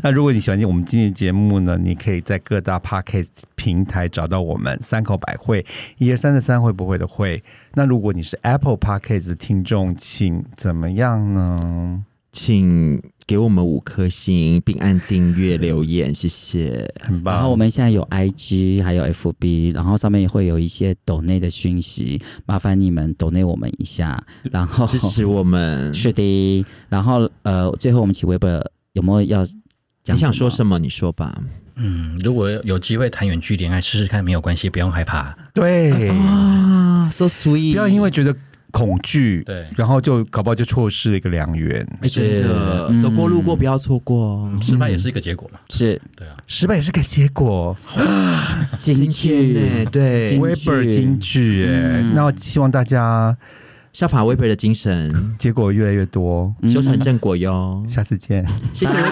Speaker 1: 那如果你喜欢我们今天的节目呢，你可以在各大 podcast 平台找到我们三口百会，一二三的三会不会的会。那如果你是 Apple podcast 的听众，请怎么样呢？
Speaker 2: 请给我们五颗星，并按订阅、留言，谢谢。
Speaker 1: 很棒。
Speaker 3: 然后我们现在有 IG，还有 FB，然后上面会有一些抖内的讯息，麻烦你们抖内我们一下。然后
Speaker 2: 支持我们。
Speaker 3: 是的，然后呃，最后我们请 Weber 有没有要
Speaker 2: 你
Speaker 3: 讲？
Speaker 2: 想说
Speaker 3: 么？
Speaker 2: 什么？你说吧。
Speaker 4: 嗯，如果有机会谈远距恋爱，试试看没有关系，不用害怕。
Speaker 1: 对，
Speaker 2: 啊，so sweet！
Speaker 1: 不要因为觉得恐惧，
Speaker 4: 对
Speaker 1: 然后就搞不好就错失了一个良缘。
Speaker 2: 哎真的
Speaker 3: 是
Speaker 2: 走过路过不要错过。哦
Speaker 4: 失败也是一个结果嘛。
Speaker 3: 是
Speaker 4: 对啊，
Speaker 1: 失败也是个结果。
Speaker 3: 京
Speaker 2: 呢？
Speaker 3: 剧，
Speaker 2: 对
Speaker 3: 京，
Speaker 1: 微
Speaker 3: 剧
Speaker 1: e 京剧，哎，
Speaker 3: 嗯
Speaker 1: 那希望大家
Speaker 2: 效法 Weber 的精神，
Speaker 1: 结果越来越多。
Speaker 2: 修成正果哟。
Speaker 1: 下次见。
Speaker 2: 谢谢 Weber，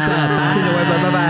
Speaker 2: 嗯
Speaker 3: 拜
Speaker 2: 谢谢 Weber，拜拜。